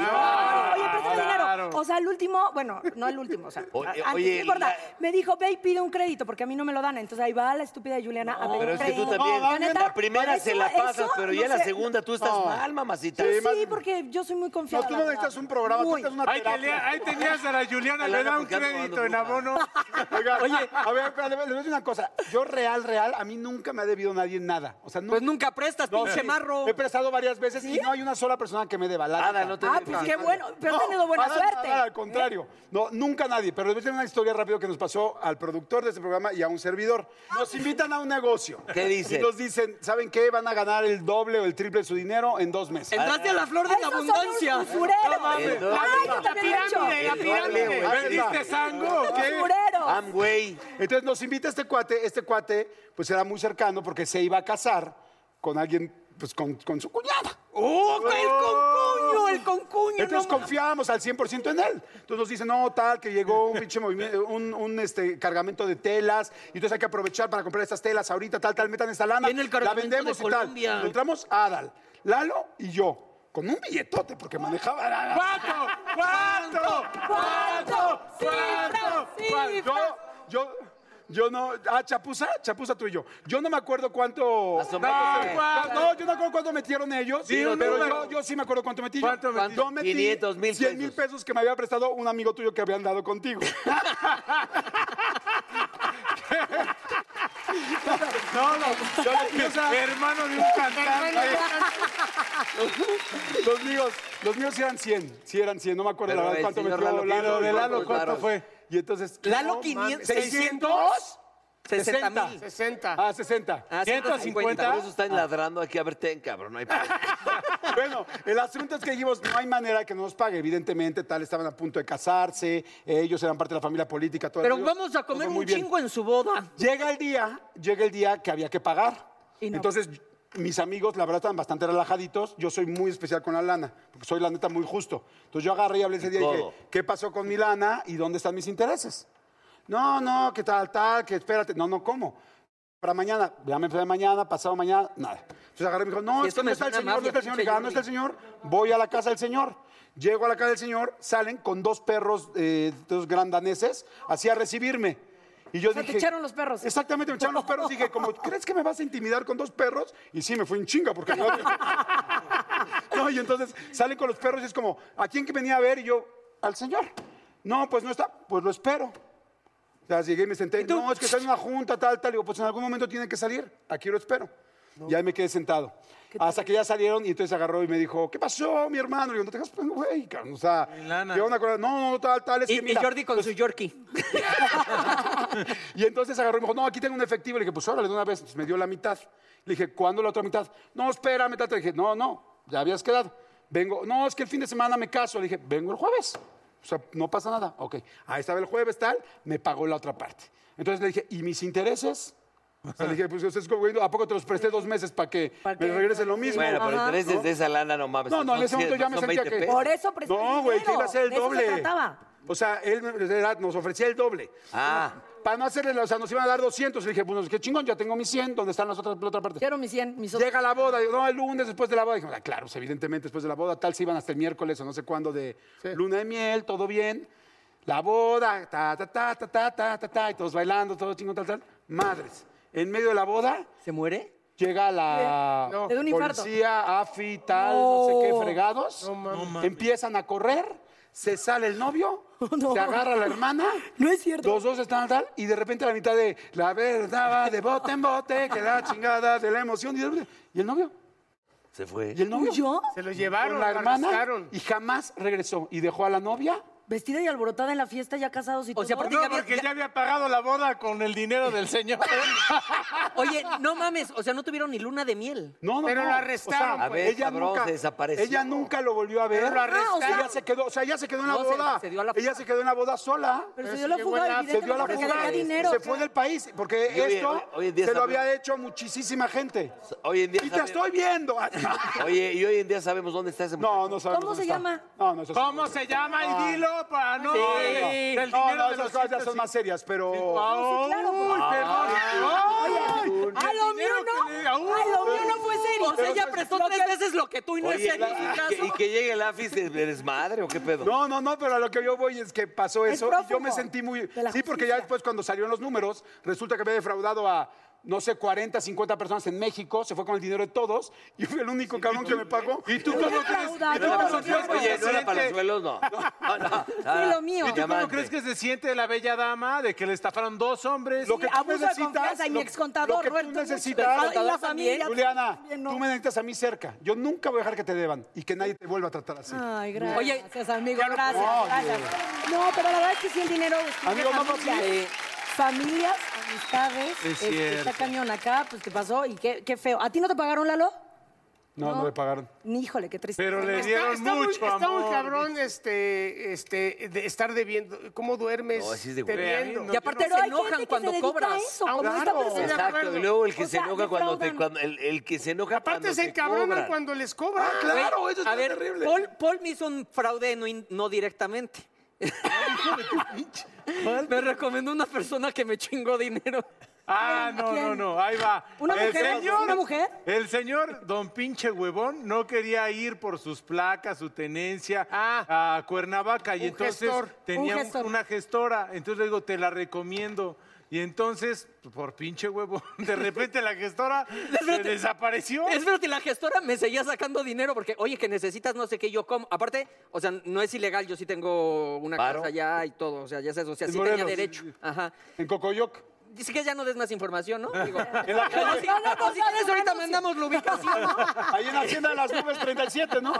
Speaker 7: Oye, préstame
Speaker 3: claro.
Speaker 7: dinero. O sea, el último, bueno, no el último, o sea,
Speaker 6: Oye,
Speaker 7: antes, no
Speaker 6: oye,
Speaker 7: importa.
Speaker 6: la-
Speaker 7: Me dijo, ve y pide un crédito, porque a mí no me lo dan. Entonces ahí va la estúpida Juliana a pedir
Speaker 6: Pero
Speaker 7: un
Speaker 6: es que tú
Speaker 7: crédito.
Speaker 6: también.
Speaker 7: La neta,
Speaker 6: la primera
Speaker 7: por
Speaker 6: se
Speaker 7: eso
Speaker 6: la
Speaker 7: es
Speaker 6: pasas,
Speaker 7: eso
Speaker 6: pero
Speaker 7: no
Speaker 6: ya en la
Speaker 7: sé.
Speaker 6: segunda tú estás
Speaker 4: No.
Speaker 6: mal, mamacita.
Speaker 7: Yo
Speaker 4: Sí, más-
Speaker 7: sí, porque yo soy muy
Speaker 4: No,
Speaker 7: confiada.
Speaker 4: tú
Speaker 7: la
Speaker 4: no
Speaker 7: verdad.
Speaker 4: necesitas un programa, tú
Speaker 7: Muy.
Speaker 4: necesitas una
Speaker 3: Ahí,
Speaker 4: terapia.
Speaker 3: tenía- ahí tenías a la Juliana, le da un
Speaker 6: Porque ando
Speaker 3: crédito
Speaker 6: jugando
Speaker 3: en
Speaker 6: bruja.
Speaker 3: abono.
Speaker 4: Oiga, oye, a ver, espérate, les voy a decir una cosa. Yo real, real, a mí nunca me ha debido nadie nada. O sea, nunca.
Speaker 2: Pues nunca prestas,
Speaker 4: No,
Speaker 2: pinche
Speaker 4: sí.
Speaker 2: marro.
Speaker 4: He prestado varias veces y no hay una sola persona que me deba. la
Speaker 6: Nada,
Speaker 4: neta.
Speaker 6: no te
Speaker 7: Ah,
Speaker 6: dejes.
Speaker 7: pues qué bueno. Pero has tenido buena
Speaker 4: para
Speaker 7: suerte. ¿Eh?
Speaker 4: nada, al contrario. No, nunca nadie. Pero les voy a decir una historia rápido que nos pasó al productor de este programa y a un servidor.
Speaker 7: Ah.
Speaker 4: Nos invitan a un negocio.
Speaker 6: ¿Qué dicen?
Speaker 4: Y nos dicen, ¿saben qué? Van a ganar el doble o el triple de su dinero en dos meses.
Speaker 2: Entraste a la flor de la
Speaker 7: Esos son
Speaker 2: abundancia.
Speaker 7: unos usureros.
Speaker 6: mames.
Speaker 7: Ay, yo
Speaker 5: La
Speaker 7: también lo he hecho.
Speaker 5: pirámide, la
Speaker 6: El doble,
Speaker 5: pirámide.
Speaker 6: güey.
Speaker 3: ¿Vendiste sango o qué?
Speaker 7: Usureros.
Speaker 6: Amway.
Speaker 4: Entonces nos invita este cuate, este cuate pues era muy cercano porque se iba a casar con alguien, pues con, con su cuñada.
Speaker 2: ¡Oh, el concuño, el concuño!
Speaker 4: Entonces
Speaker 2: no
Speaker 4: confiábamos al 100% en él. Entonces nos dicen, no, tal, que llegó un pinche movimiento, un, un, este, cargamento de telas, y entonces hay que aprovechar para comprar estas telas ahorita, tal, tal, metan esta lana,
Speaker 2: Viene el
Speaker 4: la
Speaker 2: cargamento
Speaker 4: vendemos
Speaker 2: de
Speaker 4: y tal.
Speaker 2: Colombia.
Speaker 4: Entramos Adal, Lalo y yo, con un billetote, porque manejaba...
Speaker 3: ¿Cuánto? ¿Cuánto?
Speaker 7: ¿Cuánto?
Speaker 3: ¿Cuánto?
Speaker 7: Cifras, cifras.
Speaker 4: Yo, yo, yo no... Ah, Chapuza, Chapuza tú y yo. Yo no me acuerdo cuánto...
Speaker 6: Asomate.
Speaker 3: No,
Speaker 4: Ah, No, yo no acuerdo cuánto metieron ellos,
Speaker 3: Sí, un
Speaker 4: pero
Speaker 3: número.
Speaker 4: yo, yo sí me acuerdo cuánto metí. yo.
Speaker 3: ¿Cuánto metí?
Speaker 4: Yo metí
Speaker 6: 500 mil
Speaker 4: 100 mil
Speaker 6: pesos.
Speaker 4: pesos que me había prestado un amigo tuyo que habían dado contigo. no, no, yo les- o sea,
Speaker 3: Hermano de un cantante.
Speaker 4: los míos, los míos sí eran 100, sí eran 100, no me acuerdo
Speaker 6: Pero
Speaker 4: la verdad
Speaker 6: el
Speaker 4: cuánto
Speaker 6: señor Lalo,
Speaker 4: metió Lalo.
Speaker 6: ¿y
Speaker 4: de Lalo,
Speaker 6: cuántos
Speaker 4: ¿cuánto
Speaker 6: varos?
Speaker 4: fue? Y entonces...
Speaker 2: Lalo,
Speaker 4: no
Speaker 2: 500,
Speaker 4: mames,
Speaker 2: 600, 60 mil.
Speaker 5: 60.
Speaker 4: Ah, 60.
Speaker 2: Ah, 150.
Speaker 6: Por eso
Speaker 5: Ah.
Speaker 6: están ladrando aquí. A ver, ten, cabrón. No hay pedo.
Speaker 4: Bueno, el asunto es que dijimos, no hay manera que no nos pague. Evidentemente, tal, estaban a punto de casarse, eh, ellos eran parte de la familia política. todo el
Speaker 2: Pero
Speaker 4: rollo.
Speaker 2: vamos a
Speaker 4: Todo
Speaker 2: comer
Speaker 4: muy
Speaker 2: un
Speaker 4: bien.
Speaker 2: chingo en su boda.
Speaker 4: Llega el día, llega el día que había que pagar.
Speaker 7: Y no.
Speaker 4: Entonces, mis amigos, la verdad, estaban bastante relajaditos. Yo soy muy especial con la lana, porque soy la neta muy justo. Entonces, yo agarré y hablé ese día y
Speaker 6: todo.
Speaker 4: dije, ¿qué pasó con mi lana y dónde están mis intereses? No, no, que tal, tal, que espérate. No, no, ¿cómo? Para mañana, ya me de mañana, pasado mañana, nada. Entonces agarré y me dijo, no, es
Speaker 2: Y esto
Speaker 4: que no
Speaker 2: me
Speaker 4: está el
Speaker 2: suena
Speaker 4: señor, no
Speaker 2: mafia,
Speaker 4: está el señor.
Speaker 2: pinche
Speaker 4: Dije, ah, no está el señor, voy a la casa del señor. Llego a la casa del señor, salen con dos perros, eh, dos grandaneses, así a recibirme. Y yo
Speaker 7: O sea, te
Speaker 4: dije...
Speaker 7: echaron los perros.
Speaker 4: Exactamente, me echaron los perros. Dije, como, ¿crees que me vas a intimidar con dos perros? Y sí, me fui en chinga porque... no- no, y entonces salen con los perros y es como, ¿a quién que venía a ver? Y yo, al señor. No, pues no está, pues lo espero. O sea, llegué y me senté. No, es que está en una junta, tal, tal. Digo, pues en algún momento tiene que salir. Aquí lo espero. Y ahí me quedé sentado. Hasta que ya salieron y entonces agarró y me dijo, ¿qué pasó, mi hermano? Y yo, no te hagas, pues, güey, cabrón. O sea,
Speaker 3: lana.
Speaker 4: yo una cosa, no, no, no, tal, tal. Es
Speaker 2: Y,
Speaker 4: que
Speaker 2: y
Speaker 4: mira. pues
Speaker 2: Jordi con su Yorkie.
Speaker 4: Y entonces agarró y me dijo, no, aquí tengo un efectivo. Le dije, pues órale, de una vez. Entonces me dio la mitad. Le dije, ¿cuándo la otra mitad? No, espérame, tal. Le dije, no, no, ya habías quedado. Vengo, no, es que el fin de semana me caso. Le dije, vengo el jueves. O sea, no pasa nada. Ok, ahí estaba el jueves, tal, me pagó la otra parte. Entonces le dije, ¿y mis intereses? O sea, le dije, pues ustedes, güey, ¿a poco te los presté dos meses para que
Speaker 7: Pa' que-
Speaker 4: me regresen lo mismo?
Speaker 6: Bueno, pero intereses de esa lana no mames.
Speaker 4: No, no, en ese
Speaker 6: son
Speaker 4: momento ya me
Speaker 6: 100,
Speaker 4: sentía
Speaker 6: son
Speaker 4: que-
Speaker 6: 20 pesos.
Speaker 7: Por eso presté
Speaker 4: No, güey, que
Speaker 7: dinero.
Speaker 4: iba a ser el
Speaker 7: De eso se
Speaker 4: doble.
Speaker 7: trataba.
Speaker 4: O sea, él era- nos ofrecía el doble.
Speaker 6: Ah.
Speaker 4: Para no hacerle, o sea, nos iban a dar 200. Le dije, bueno, qué chingón, ya tengo mis 100, ¿dónde están las otras, la otra parte?
Speaker 7: Quiero mis 100, mis otros.
Speaker 4: Llega la boda, digo, no, el lunes después de la boda. Dijimos, ah, claro, pues, evidentemente después de la boda, tal, se iban hasta el miércoles o no sé cuándo de luna de miel, todo bien. La boda, ta, ta, ta, ta, ta, ta, ta, ta, y todos bailando, todo chingón, tal, tal. Madres, en medio de la boda,
Speaker 2: ¿Se muere?
Speaker 4: Llega la
Speaker 7: No. Le da un infarto.
Speaker 4: policía, AFI, tal, no, sé qué, fregados. Empiezan a correr, se sale el novio,
Speaker 7: No.
Speaker 4: se agarra la hermana.
Speaker 7: No es cierto.
Speaker 4: Los dos están tal, y de repente a la mitad de la verdad va de bote en bote, que la chingada de la emoción. Y, de repente, ¿y el novio,
Speaker 6: Se fue.
Speaker 4: y el novio.
Speaker 7: ¿Yo?
Speaker 5: Se los
Speaker 4: Con
Speaker 5: llevaron,
Speaker 4: la hermana,
Speaker 5: arrastraron.
Speaker 4: y jamás regresó. Y dejó a la novia.
Speaker 7: Vestida y alborotada en la fiesta, ya casados y todo.
Speaker 2: O sea, aparte
Speaker 3: No,
Speaker 2: ya había-
Speaker 3: porque
Speaker 2: ya-
Speaker 3: ya había pagado la boda con el dinero del señor.
Speaker 2: Oye, no mames, o sea, no tuvieron ni luna de miel.
Speaker 4: No, no,
Speaker 5: Pero
Speaker 4: no.
Speaker 5: lo arrestaron,
Speaker 6: A
Speaker 7: pues.
Speaker 6: ver, cabrón, se desapareció.
Speaker 4: Ella nunca lo volvió a ver.
Speaker 5: Pero lo
Speaker 7: Ah, o sea-
Speaker 5: arrestaron.
Speaker 4: ella se quedó, o sea, ella se quedó en la
Speaker 2: No, se-
Speaker 4: boda.
Speaker 2: se dio a la
Speaker 4: ella se quedó en la boda sola.
Speaker 7: Pero,
Speaker 5: Pero
Speaker 7: se
Speaker 5: sí
Speaker 7: dio la
Speaker 5: llegó
Speaker 7: fuga,
Speaker 5: la- se
Speaker 4: se dio a la
Speaker 7: evidentemente, porque
Speaker 4: fuga.
Speaker 7: tenía dinero.
Speaker 4: se fue del país, porque
Speaker 6: Y hoy-
Speaker 4: esto
Speaker 6: hoy- hoy en día
Speaker 4: se lo
Speaker 6: sabemos-
Speaker 4: había hecho a muchísima gente.
Speaker 6: Hoy en día
Speaker 4: Y te
Speaker 6: sabemos-
Speaker 4: estoy viendo. Ah,
Speaker 6: Oye, y hoy en día sabemos dónde está ese
Speaker 4: No,
Speaker 6: muchacho.
Speaker 4: no sabemos.
Speaker 7: ¿Cómo
Speaker 4: dónde
Speaker 7: se
Speaker 4: está. Ah,
Speaker 7: llama?
Speaker 4: No, no, eso
Speaker 3: ¿Cómo se llama? Y dilo para no.
Speaker 4: Sí.
Speaker 3: Del
Speaker 4: No,
Speaker 3: dinero
Speaker 4: no,
Speaker 3: de
Speaker 4: esas
Speaker 3: los
Speaker 4: cosas ya son
Speaker 3: 150.
Speaker 4: más serias, pero.
Speaker 7: Sí, claro.
Speaker 3: Uy, perdón.
Speaker 7: Oye, a lo mío no. A lo mío no fue
Speaker 2: O sea, ella prestó tres veces lo que tú y no
Speaker 6: Oye,
Speaker 2: es serio,
Speaker 6: y,
Speaker 2: sin
Speaker 6: que, y
Speaker 2: caso.
Speaker 6: que llegue el AFIS de de desmadre o qué pedo.
Speaker 4: No, no, no, pero a lo que yo voy es que pasó
Speaker 7: Es
Speaker 4: eso. y yo
Speaker 7: prófugo
Speaker 4: me sentí muy.
Speaker 7: de la
Speaker 4: Sí, porque ya
Speaker 7: justicia.
Speaker 4: después, cuando salieron los números, resulta que había defraudado a. No sé, 40, 50 personas en México, se fue con el dinero de todos y fue el único cabrón que me pagó. ¿Y tú
Speaker 7: Un cómo crees- defraudador, y tú cómo un crees que
Speaker 6: Oye, no era para los suelos, no. No, no. nada.
Speaker 7: lo mío.
Speaker 6: Ni
Speaker 7: ¿Y tú
Speaker 3: ¿Cómo
Speaker 6: diamante.
Speaker 3: crees que se siente la bella dama de que le estafaron dos hombres?
Speaker 4: Lo que tú
Speaker 7: abuso de
Speaker 4: necesitas,
Speaker 7: confianza y
Speaker 4: lo-
Speaker 7: mi excontador,
Speaker 4: lo que tú
Speaker 7: Roberto, mucho.
Speaker 4: necesitas,
Speaker 7: Y la familia
Speaker 4: Juliana,
Speaker 7: también, ¿no?
Speaker 4: tú me necesitas a mí cerca. Yo nunca voy a dejar que te deban y que nadie te vuelva a tratar así.
Speaker 7: Ay, gracias.
Speaker 2: Oye,
Speaker 7: amigo,
Speaker 2: ya no-
Speaker 7: gracias. gracias. No, pero la verdad es que sí, el dinero. destruye
Speaker 4: Amigo, vamos
Speaker 7: familias.
Speaker 4: así.
Speaker 7: Familias,
Speaker 3: Es
Speaker 7: amistades. este,
Speaker 3: cierto.
Speaker 7: está cañón acá, pues te pasó y qué, qué feo. ¿A ti no te pagaron, Lalo?
Speaker 4: No, no me pagaron.
Speaker 7: Ni híjole, qué triste.
Speaker 3: Pero le
Speaker 5: Está,
Speaker 3: dieron
Speaker 5: está muy-
Speaker 3: mucho
Speaker 5: está muy,
Speaker 3: amor.
Speaker 5: cabrón este, este, de estar debiendo. ¿Cómo duermes?
Speaker 6: No, así es de güey.
Speaker 5: debiendo. Ah,
Speaker 2: Y aparte
Speaker 7: Pero
Speaker 2: se
Speaker 7: hay gente
Speaker 2: enojan
Speaker 7: que
Speaker 2: cuando
Speaker 7: se dedica a
Speaker 2: cobras.
Speaker 7: eso, como
Speaker 5: Claro.
Speaker 7: esta persona.
Speaker 5: Estoy de
Speaker 6: Exacto,
Speaker 5: acuerdo.
Speaker 6: y luego el que
Speaker 7: O
Speaker 6: se
Speaker 7: sea,
Speaker 6: enoja cuando te
Speaker 7: defraudan.
Speaker 6: cuando el, el que se enoja
Speaker 5: Aparte
Speaker 6: cuando
Speaker 5: se
Speaker 6: te
Speaker 5: encabronan
Speaker 6: cobran.
Speaker 5: cuando les cobran.
Speaker 4: Claro, eso
Speaker 2: a
Speaker 4: está
Speaker 2: ver,
Speaker 4: terrible.
Speaker 2: Paul, Paul me hizo un fraude no, in- no directamente. me recomendó una persona que me chingó dinero.
Speaker 3: Ah, no, no,
Speaker 7: ¿Quién?
Speaker 3: no, ahí va.
Speaker 7: ¿Una mujer? ¿Una mujer?
Speaker 3: El señor don pinche huevón no quería ir por sus placas, su tenencia
Speaker 5: Ah.
Speaker 3: a Cuernavaca y
Speaker 5: Un
Speaker 3: entonces
Speaker 5: gestor.
Speaker 3: tenía
Speaker 7: Un
Speaker 3: un-
Speaker 7: gestor.
Speaker 3: una gestora. Entonces le digo, te la recomiendo. Y entonces, por pinche huevón, de repente la gestora se
Speaker 2: Espérate.
Speaker 3: desapareció.
Speaker 2: Espérate, la gestora me seguía sacando dinero porque, oye, que necesitas no sé qué, yo como. Aparte, o sea, no es ilegal, yo sí tengo una
Speaker 6: Varo.
Speaker 2: casa allá y todo, o sea, ya sabes, o sea,
Speaker 4: En
Speaker 2: sí
Speaker 4: Morelos,
Speaker 2: tenía
Speaker 4: sí,
Speaker 2: derecho.
Speaker 4: sí.
Speaker 2: Ajá.
Speaker 4: En Cocoyoc.
Speaker 2: Dice que ya no des más información, ¿no? Digo,
Speaker 4: En la
Speaker 2: pero
Speaker 4: calle.
Speaker 2: si, o si quieres, ahorita mandamos la ubicación.
Speaker 4: Ahí en la Hacienda de las Nubes 37, ¿no?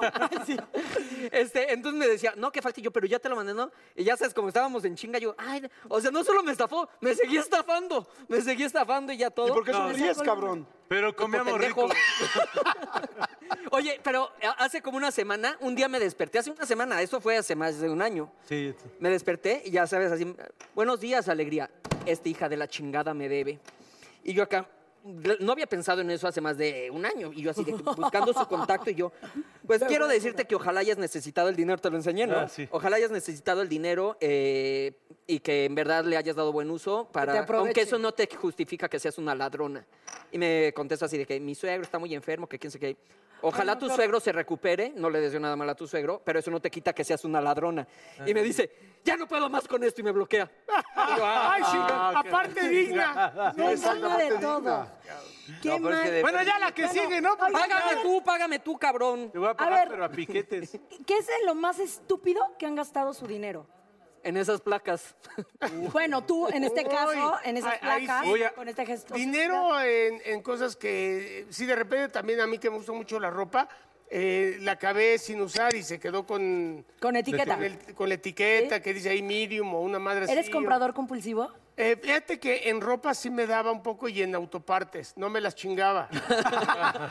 Speaker 2: Este, entonces me decía, no, que falta Y yo, pero ya te lo mandé, ¿no? Y ya sabes, como estábamos en chinga, yo, ay, o sea, no solo me estafó, me seguí estafando, me seguí estafando y ya todo.
Speaker 4: ¿Y por qué
Speaker 2: No.
Speaker 4: sonríes, cabrón?
Speaker 3: Pero comíamos
Speaker 2: pendejo.
Speaker 3: rico.
Speaker 2: Oye, pero eh, hace como una semana, un día me desperté, hace una semana, eso fue hace más de un año.
Speaker 3: Sí,
Speaker 2: Me desperté y ya sabes, así, buenos días, alegría. Esta hija de la chingada me debe. Y yo acá, no había pensado en eso hace más de un año. Y yo así, de, buscando su contacto y yo, pues quiero decirte que ojalá hayas necesitado el dinero, te lo enseñé, ¿no?
Speaker 3: Ah, sí.
Speaker 2: Ojalá hayas necesitado el dinero eh, y que en verdad le hayas dado buen uso
Speaker 7: Que te
Speaker 2: para...
Speaker 7: aproveche.
Speaker 2: Aunque eso no te justifica que seas una ladrona. Y me contesta así de que mi suegro está muy enfermo, que quién sé qué. Ojalá tu suegro se recupere, no le deseo nada mal a tu suegro, pero eso no te quita que seas una ladrona. Y me dice, ya no puedo más con esto y me bloquea. Y yo, "Ah".
Speaker 5: Ay, sí, aparte digna.
Speaker 7: No, nada de
Speaker 4: Exactamente,
Speaker 7: todo.
Speaker 4: digna.
Speaker 7: Qué
Speaker 6: No, pero es que
Speaker 7: mal.
Speaker 6: de-
Speaker 3: Bueno, ya la que sigue, ¿no?
Speaker 7: oye,
Speaker 2: Págame tú, págame tú, cabrón.
Speaker 3: Te voy a pagar,
Speaker 7: ver.
Speaker 3: pero a piquetes.
Speaker 7: ¿Qué es lo más estúpido que han gastado su dinero?
Speaker 2: En esas placas.
Speaker 7: Bueno, tú, en este
Speaker 5: Uy,
Speaker 7: caso, en esas
Speaker 5: ahí- ahí
Speaker 7: placas,
Speaker 5: sí. Oye,
Speaker 7: con este gesto.
Speaker 5: Dinero en, en cosas que, eh, sí, de repente también a mí que me gusta mucho la ropa, eh, la acabé sin usar y se quedó con,
Speaker 7: Con etiqueta.
Speaker 5: con, el- con la etiqueta que dice ahí medium o una madre así.
Speaker 7: ¿Eres
Speaker 5: o-
Speaker 7: comprador compulsivo?
Speaker 5: Eh, fíjate que en ropa sí me daba un poco y en autopartes, no me las chingaba.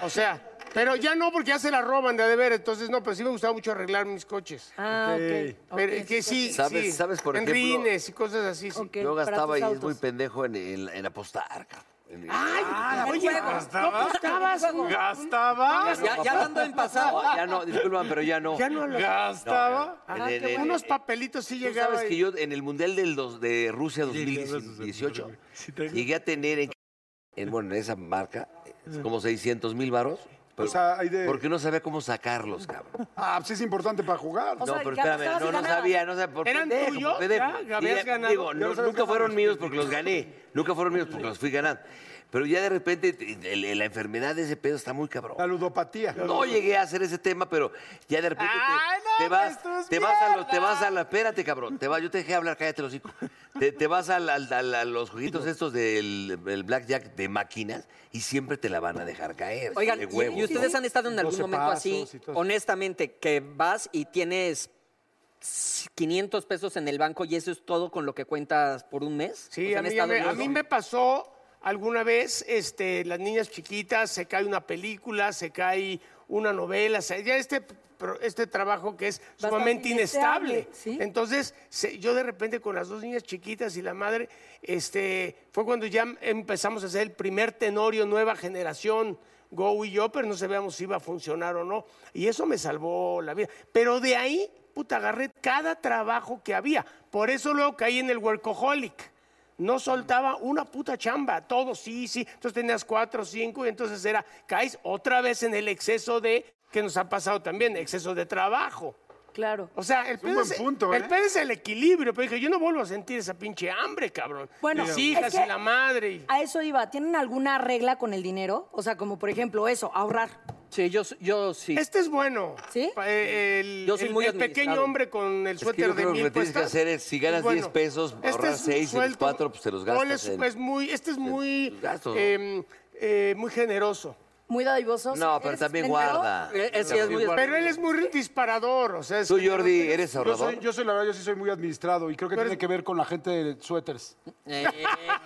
Speaker 5: o sea, pero ya no porque ya se la roban de a de ver, entonces no, pero sí me gustaba mucho arreglar mis coches.
Speaker 7: Ah, ok.
Speaker 5: Pero
Speaker 7: ok.
Speaker 5: es que sí,
Speaker 6: ¿Sabes-
Speaker 5: sí,
Speaker 6: sabes, por
Speaker 5: en
Speaker 6: ejemplo?
Speaker 5: rines y cosas así. sí.
Speaker 7: Ok,
Speaker 6: Yo
Speaker 7: para
Speaker 6: gastaba y
Speaker 7: tus
Speaker 6: es muy
Speaker 7: autos.
Speaker 6: pendejo en, en- en apostar. cabrón. En-
Speaker 5: Ay,
Speaker 7: Ah,
Speaker 5: oye,
Speaker 3: ¿Gastaba?
Speaker 7: pues,
Speaker 5: ¿no apostabas?
Speaker 3: ¿Gastaba?
Speaker 2: Ya, ya hablando en pasado.
Speaker 6: No, ya no, disculpan, pero ya no.
Speaker 5: Ya no lo-
Speaker 3: ¿Gastaba?
Speaker 6: En-
Speaker 5: Ah,
Speaker 6: en-
Speaker 5: qué
Speaker 6: en-
Speaker 5: buenos
Speaker 6: en-
Speaker 5: papelitos sí
Speaker 6: Eh, Tú
Speaker 5: llegaba.
Speaker 6: sabes que
Speaker 5: y-
Speaker 6: yo en el Mundial del dos- de Rusia 2018 llegué a tener en, en, bueno, en esa marca eh, como 600 mil varos. pero-
Speaker 4: sea, hay de-
Speaker 6: Porque no sabía cómo sacarlos, cabrón.
Speaker 4: Ah, pues es importante para jugar.
Speaker 6: no,
Speaker 7: O sea,
Speaker 6: pero
Speaker 7: ya
Speaker 6: espérame,
Speaker 7: gastabas y
Speaker 6: no, no
Speaker 7: ganabas.
Speaker 6: sabía, no sabía. Por
Speaker 5: ¿Eran
Speaker 6: pendejo,
Speaker 5: tuyos?
Speaker 6: por pendejo.
Speaker 5: ¿Ya? ¿Habías
Speaker 6: Y-
Speaker 5: ganado?
Speaker 6: Digo,
Speaker 5: Ya
Speaker 6: no-
Speaker 5: los habías
Speaker 6: nunca fueron míos porque los gané. Nunca fueron míos porque los fui ganando. Pero ya de repente te- el- el- la enfermedad de ese pedo está muy cabrón.
Speaker 4: La ludopatía.
Speaker 6: No llegué a hacer ese tema, pero ya de repente te-
Speaker 5: Ay,
Speaker 6: te,
Speaker 5: no,
Speaker 6: vas,
Speaker 5: pues, tus
Speaker 6: te vas a lo- te
Speaker 5: mierdas.
Speaker 6: vas a la, espérate cabrón, te vas, yo te dejé hablar, cállate los hijos. Te, te vas al- al- al- a los jueguitos estos del el blackjack de máquinas y siempre te la van a dejar caer.
Speaker 2: Oigan,
Speaker 6: de
Speaker 2: ¿y-
Speaker 6: huevos,
Speaker 2: ¿y ustedes
Speaker 6: ¿no?
Speaker 2: han estado en algún
Speaker 4: 12
Speaker 2: momento así,
Speaker 4: pasos y todo eso.
Speaker 2: honestamente, que vas y tienes 500 pesos en el banco y eso es todo con lo que cuentas por un mes? O
Speaker 5: Sí,
Speaker 2: sea,
Speaker 5: a
Speaker 2: ¿han
Speaker 5: mí, ya
Speaker 2: estado
Speaker 5: me,
Speaker 2: pues, en
Speaker 5: a
Speaker 2: eso?
Speaker 5: mí me pasó alguna vez, este, las niñas chiquitas, se cae una película, se cae una novela, se- ya este, pro- este trabajo que es
Speaker 7: Bastante
Speaker 5: sumamente inestable.
Speaker 7: inestable, sí.
Speaker 5: Entonces, se- yo de repente con las dos niñas chiquitas y la madre, este, fue cuando ya empezamos a hacer el primer tenorio nueva generación. Go y yo, pero no sabíamos si iba a funcionar o no. Y eso me salvó la vida. Pero de ahí, puta, agarré cada trabajo que había. Por eso luego caí en el workaholic. no soltaba una puta chamba. Todo sí, sí. Entonces tenías cuatro, cinco, y entonces era, caes otra vez en el exceso de, que nos ha pasado también, exceso de trabajo.
Speaker 7: Claro.
Speaker 5: O sea, el
Speaker 4: un
Speaker 5: pedo es,
Speaker 4: buen punto,
Speaker 5: el
Speaker 4: ¿eh?
Speaker 5: pedo es el equilibrio. Pero dije, yo no vuelvo a sentir esa pinche hambre, cabrón.
Speaker 7: Bueno,
Speaker 5: Mis
Speaker 7: es
Speaker 5: hijas
Speaker 7: que-
Speaker 5: y la madre. y-
Speaker 7: A eso iba. ¿Tienen alguna regla con el dinero? O sea, como por ejemplo eso, ahorrar.
Speaker 2: Sí, yo, yo sí.
Speaker 5: Este es bueno.
Speaker 7: ¿Sí?
Speaker 5: Pa- eh, El,
Speaker 2: Yo soy
Speaker 5: el-
Speaker 2: muy
Speaker 5: el pequeño
Speaker 2: administrado.
Speaker 5: hombre con el
Speaker 6: que
Speaker 5: suéter
Speaker 6: yo creo
Speaker 5: de
Speaker 6: que
Speaker 5: mil
Speaker 6: lo que tienes que
Speaker 5: puestas,
Speaker 6: hacer es, si ganas
Speaker 5: este es
Speaker 6: 10 pesos, ahorrar
Speaker 5: un
Speaker 6: seis, y los
Speaker 5: sueldo.
Speaker 6: cuatro, pues, te los
Speaker 5: ¿Cuál
Speaker 6: gastas
Speaker 5: Es,
Speaker 6: en-
Speaker 5: es muy, este es muy,
Speaker 6: los gastos, ¿no?
Speaker 5: eh, eh, muy generoso.
Speaker 7: Muy dadivoso.
Speaker 6: No, pero
Speaker 7: ¿Eres
Speaker 6: también
Speaker 7: espléndido?
Speaker 6: guarda.
Speaker 2: Eh, eh, sí, es muy-
Speaker 5: Pero él es muy disparador, o sea, es
Speaker 6: Tú,
Speaker 5: generoso.
Speaker 6: Jordi, eres
Speaker 4: Yo soy,
Speaker 6: ahorrador.
Speaker 4: yo soy, la verdad, yo sí soy muy administrado y creo que
Speaker 5: Pero
Speaker 4: tiene
Speaker 5: es-
Speaker 4: que ver con la gente de suéteres.
Speaker 2: Eh,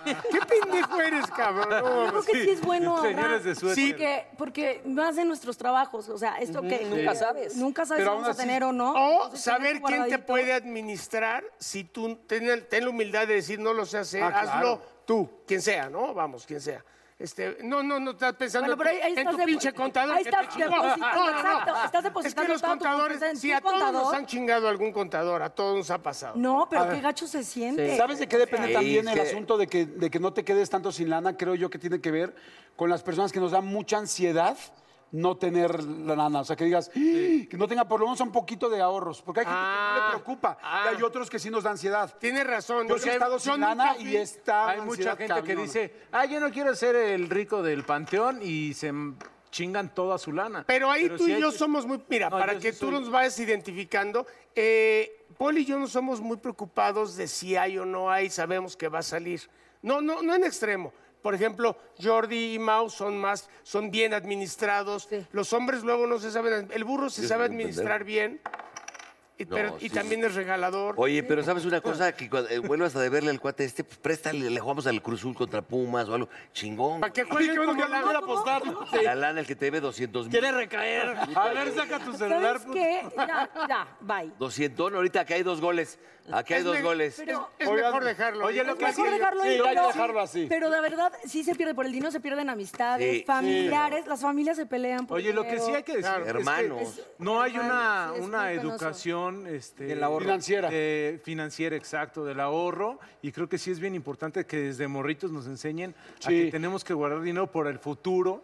Speaker 5: ¿Qué pendejo eres, cabrón? No,
Speaker 7: Yo creo que sí, es bueno ahorrar.
Speaker 3: Señores de suéter.
Speaker 7: Sí, porque, porque más de nuestros trabajos, o sea, esto que
Speaker 2: Nunca sabes.
Speaker 7: Nunca sabes
Speaker 4: Pero
Speaker 7: si
Speaker 4: aún
Speaker 7: vamos
Speaker 4: así-
Speaker 7: a tener o no.
Speaker 5: O
Speaker 7: Entonces,
Speaker 5: saber
Speaker 7: tener
Speaker 5: quién te
Speaker 7: guardadito.
Speaker 5: puede administrar si tú ten, ten la humildad de decir no lo sé hacer,
Speaker 4: Ah,
Speaker 5: hazlo
Speaker 4: claro.
Speaker 5: tú, quien sea, ¿no? Vamos, quien sea. Este, no, no, no estás pensando
Speaker 7: Bueno, pero ahí- ahí
Speaker 5: en tu,
Speaker 7: estás
Speaker 5: en tu
Speaker 7: de-
Speaker 5: pinche contador.
Speaker 7: ahí
Speaker 5: que
Speaker 7: estás
Speaker 5: te chingó.
Speaker 7: depositando, exacto, estás
Speaker 5: Es que
Speaker 7: depositando
Speaker 5: los
Speaker 7: toda tu
Speaker 5: contadores,
Speaker 7: confianza en
Speaker 5: sí,
Speaker 7: tu
Speaker 5: a todos nos
Speaker 7: contador.
Speaker 5: han chingado algún contador, a todos nos ha pasado.
Speaker 7: No, pero qué gacho se siente.
Speaker 4: ¿Sabes
Speaker 5: Eh,
Speaker 4: de qué depende
Speaker 6: Sí,
Speaker 4: también
Speaker 6: es
Speaker 4: el
Speaker 6: que-
Speaker 4: asunto de que, de que no te quedes tanto sin lana? Creo yo que tiene que ver con las personas que nos dan mucha ansiedad no tener la lana. O sea, que digas, "Ah", que no tenga por lo menos un poquito de ahorros. Porque hay gente que no
Speaker 5: Ah,
Speaker 4: le preocupa
Speaker 5: ah.
Speaker 4: y hay otros que sí nos da ansiedad.
Speaker 5: Tienes razón.
Speaker 4: Yo
Speaker 5: o
Speaker 4: sí he
Speaker 5: sea,
Speaker 4: estado sin
Speaker 5: nunca
Speaker 4: lana
Speaker 5: fui-
Speaker 4: y está
Speaker 3: Hay mucha gente que dice, ah, yo no quiero ser el rico del panteón y se m- chingan toda su lana.
Speaker 5: Pero ahí tú
Speaker 3: sí
Speaker 5: y
Speaker 3: hay
Speaker 5: yo
Speaker 3: que-
Speaker 5: somos muy. Mira,
Speaker 3: No,
Speaker 5: para
Speaker 3: yo
Speaker 5: que
Speaker 3: sí
Speaker 5: tú
Speaker 3: soy-
Speaker 5: nos vayas identificando, eh, Paul y yo no somos muy preocupados de si hay o no hay, sabemos que va a salir. No, no, no en extremo. Por ejemplo, Jordi y Mau son más, son bien administrados. Los hombres luego no se saben. El burro se
Speaker 6: Yo
Speaker 5: sabe
Speaker 6: soy un pendejo.
Speaker 5: administrar bien. Y,
Speaker 6: No,
Speaker 5: pero-
Speaker 6: sí,
Speaker 5: y también
Speaker 6: sí.
Speaker 5: es regalador.
Speaker 6: Oye, pero ¿sabes una cosa? Que cuando, eh, vuelvas a deberle al cuate este, pues préstale, le jugamos al Cruzul contra Pumas o algo. Chingón.
Speaker 5: Para que jueguen como la-
Speaker 4: apostar.
Speaker 6: La lana, el que te debe 200 mil.
Speaker 3: Quiere recaer. A ver, saca tu celular.
Speaker 7: ¿Sabes
Speaker 3: puto.
Speaker 7: qué? Ya, ya, bye.
Speaker 6: 200, ahorita aquí hay dos goles. Aquí hay
Speaker 5: Es
Speaker 6: dos
Speaker 5: me-
Speaker 6: goles.
Speaker 7: Pero-
Speaker 5: Es
Speaker 4: Oigan,
Speaker 5: mejor dejarlo.
Speaker 3: oye, lo
Speaker 7: Es
Speaker 3: que
Speaker 7: mejor
Speaker 3: sí,
Speaker 7: dejarlo
Speaker 4: sí,
Speaker 7: ahí,
Speaker 4: hay que
Speaker 7: pero-
Speaker 4: dejarlo así.
Speaker 7: Pero la verdad, sí se pierde. Por el dinero se pierden amistades,
Speaker 6: Sí,
Speaker 7: familiares. Las familias se pelean por
Speaker 3: Oye, lo que sí hay que decir
Speaker 5: Claro.
Speaker 3: es que
Speaker 6: Hermanos.
Speaker 3: no hay
Speaker 7: Hermanos,
Speaker 3: una,
Speaker 7: sí, es
Speaker 3: una
Speaker 7: muy penoso.
Speaker 3: educación este,
Speaker 4: Del ahorro. Financiera.
Speaker 3: eh, financiera, exacto, del ahorro. Y creo que sí es bien importante que desde morritos nos enseñen a
Speaker 4: Sí.
Speaker 3: que tenemos que guardar dinero por el futuro.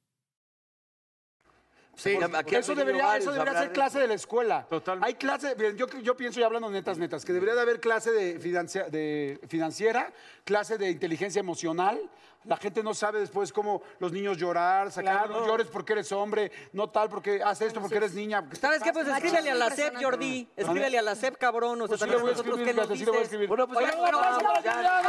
Speaker 6: Sí, aquí han
Speaker 4: Eso
Speaker 6: venido
Speaker 4: debería,
Speaker 6: varios
Speaker 4: eso
Speaker 6: a
Speaker 4: debería
Speaker 6: hablar
Speaker 4: ser
Speaker 6: de
Speaker 4: clase de la escuela.
Speaker 3: Totalmente.
Speaker 4: Hay clase, miren, yo, yo pienso, y hablando netas, netas, que debería de haber clase de, financia- de financiera, clase de inteligencia emocional. La gente no sabe después cómo los niños llorar, sacar, no llores porque eres hombre, no tal, porque haz esto porque eres niña.
Speaker 2: ¿Sabes qué? Pues escríbele a la CEP, Jordi. Escríbele a la CEP, cabrón. O sea,
Speaker 4: Pues sí le
Speaker 2: también
Speaker 4: voy a
Speaker 2: nosotros
Speaker 4: escribir,
Speaker 2: que nos
Speaker 4: fíjate, sí le voy a
Speaker 2: dices.
Speaker 4: escribir.
Speaker 6: Bueno, pues
Speaker 2: Oigan,
Speaker 6: ya,
Speaker 2: bueno,
Speaker 6: vamos,
Speaker 2: vamos,
Speaker 6: ya.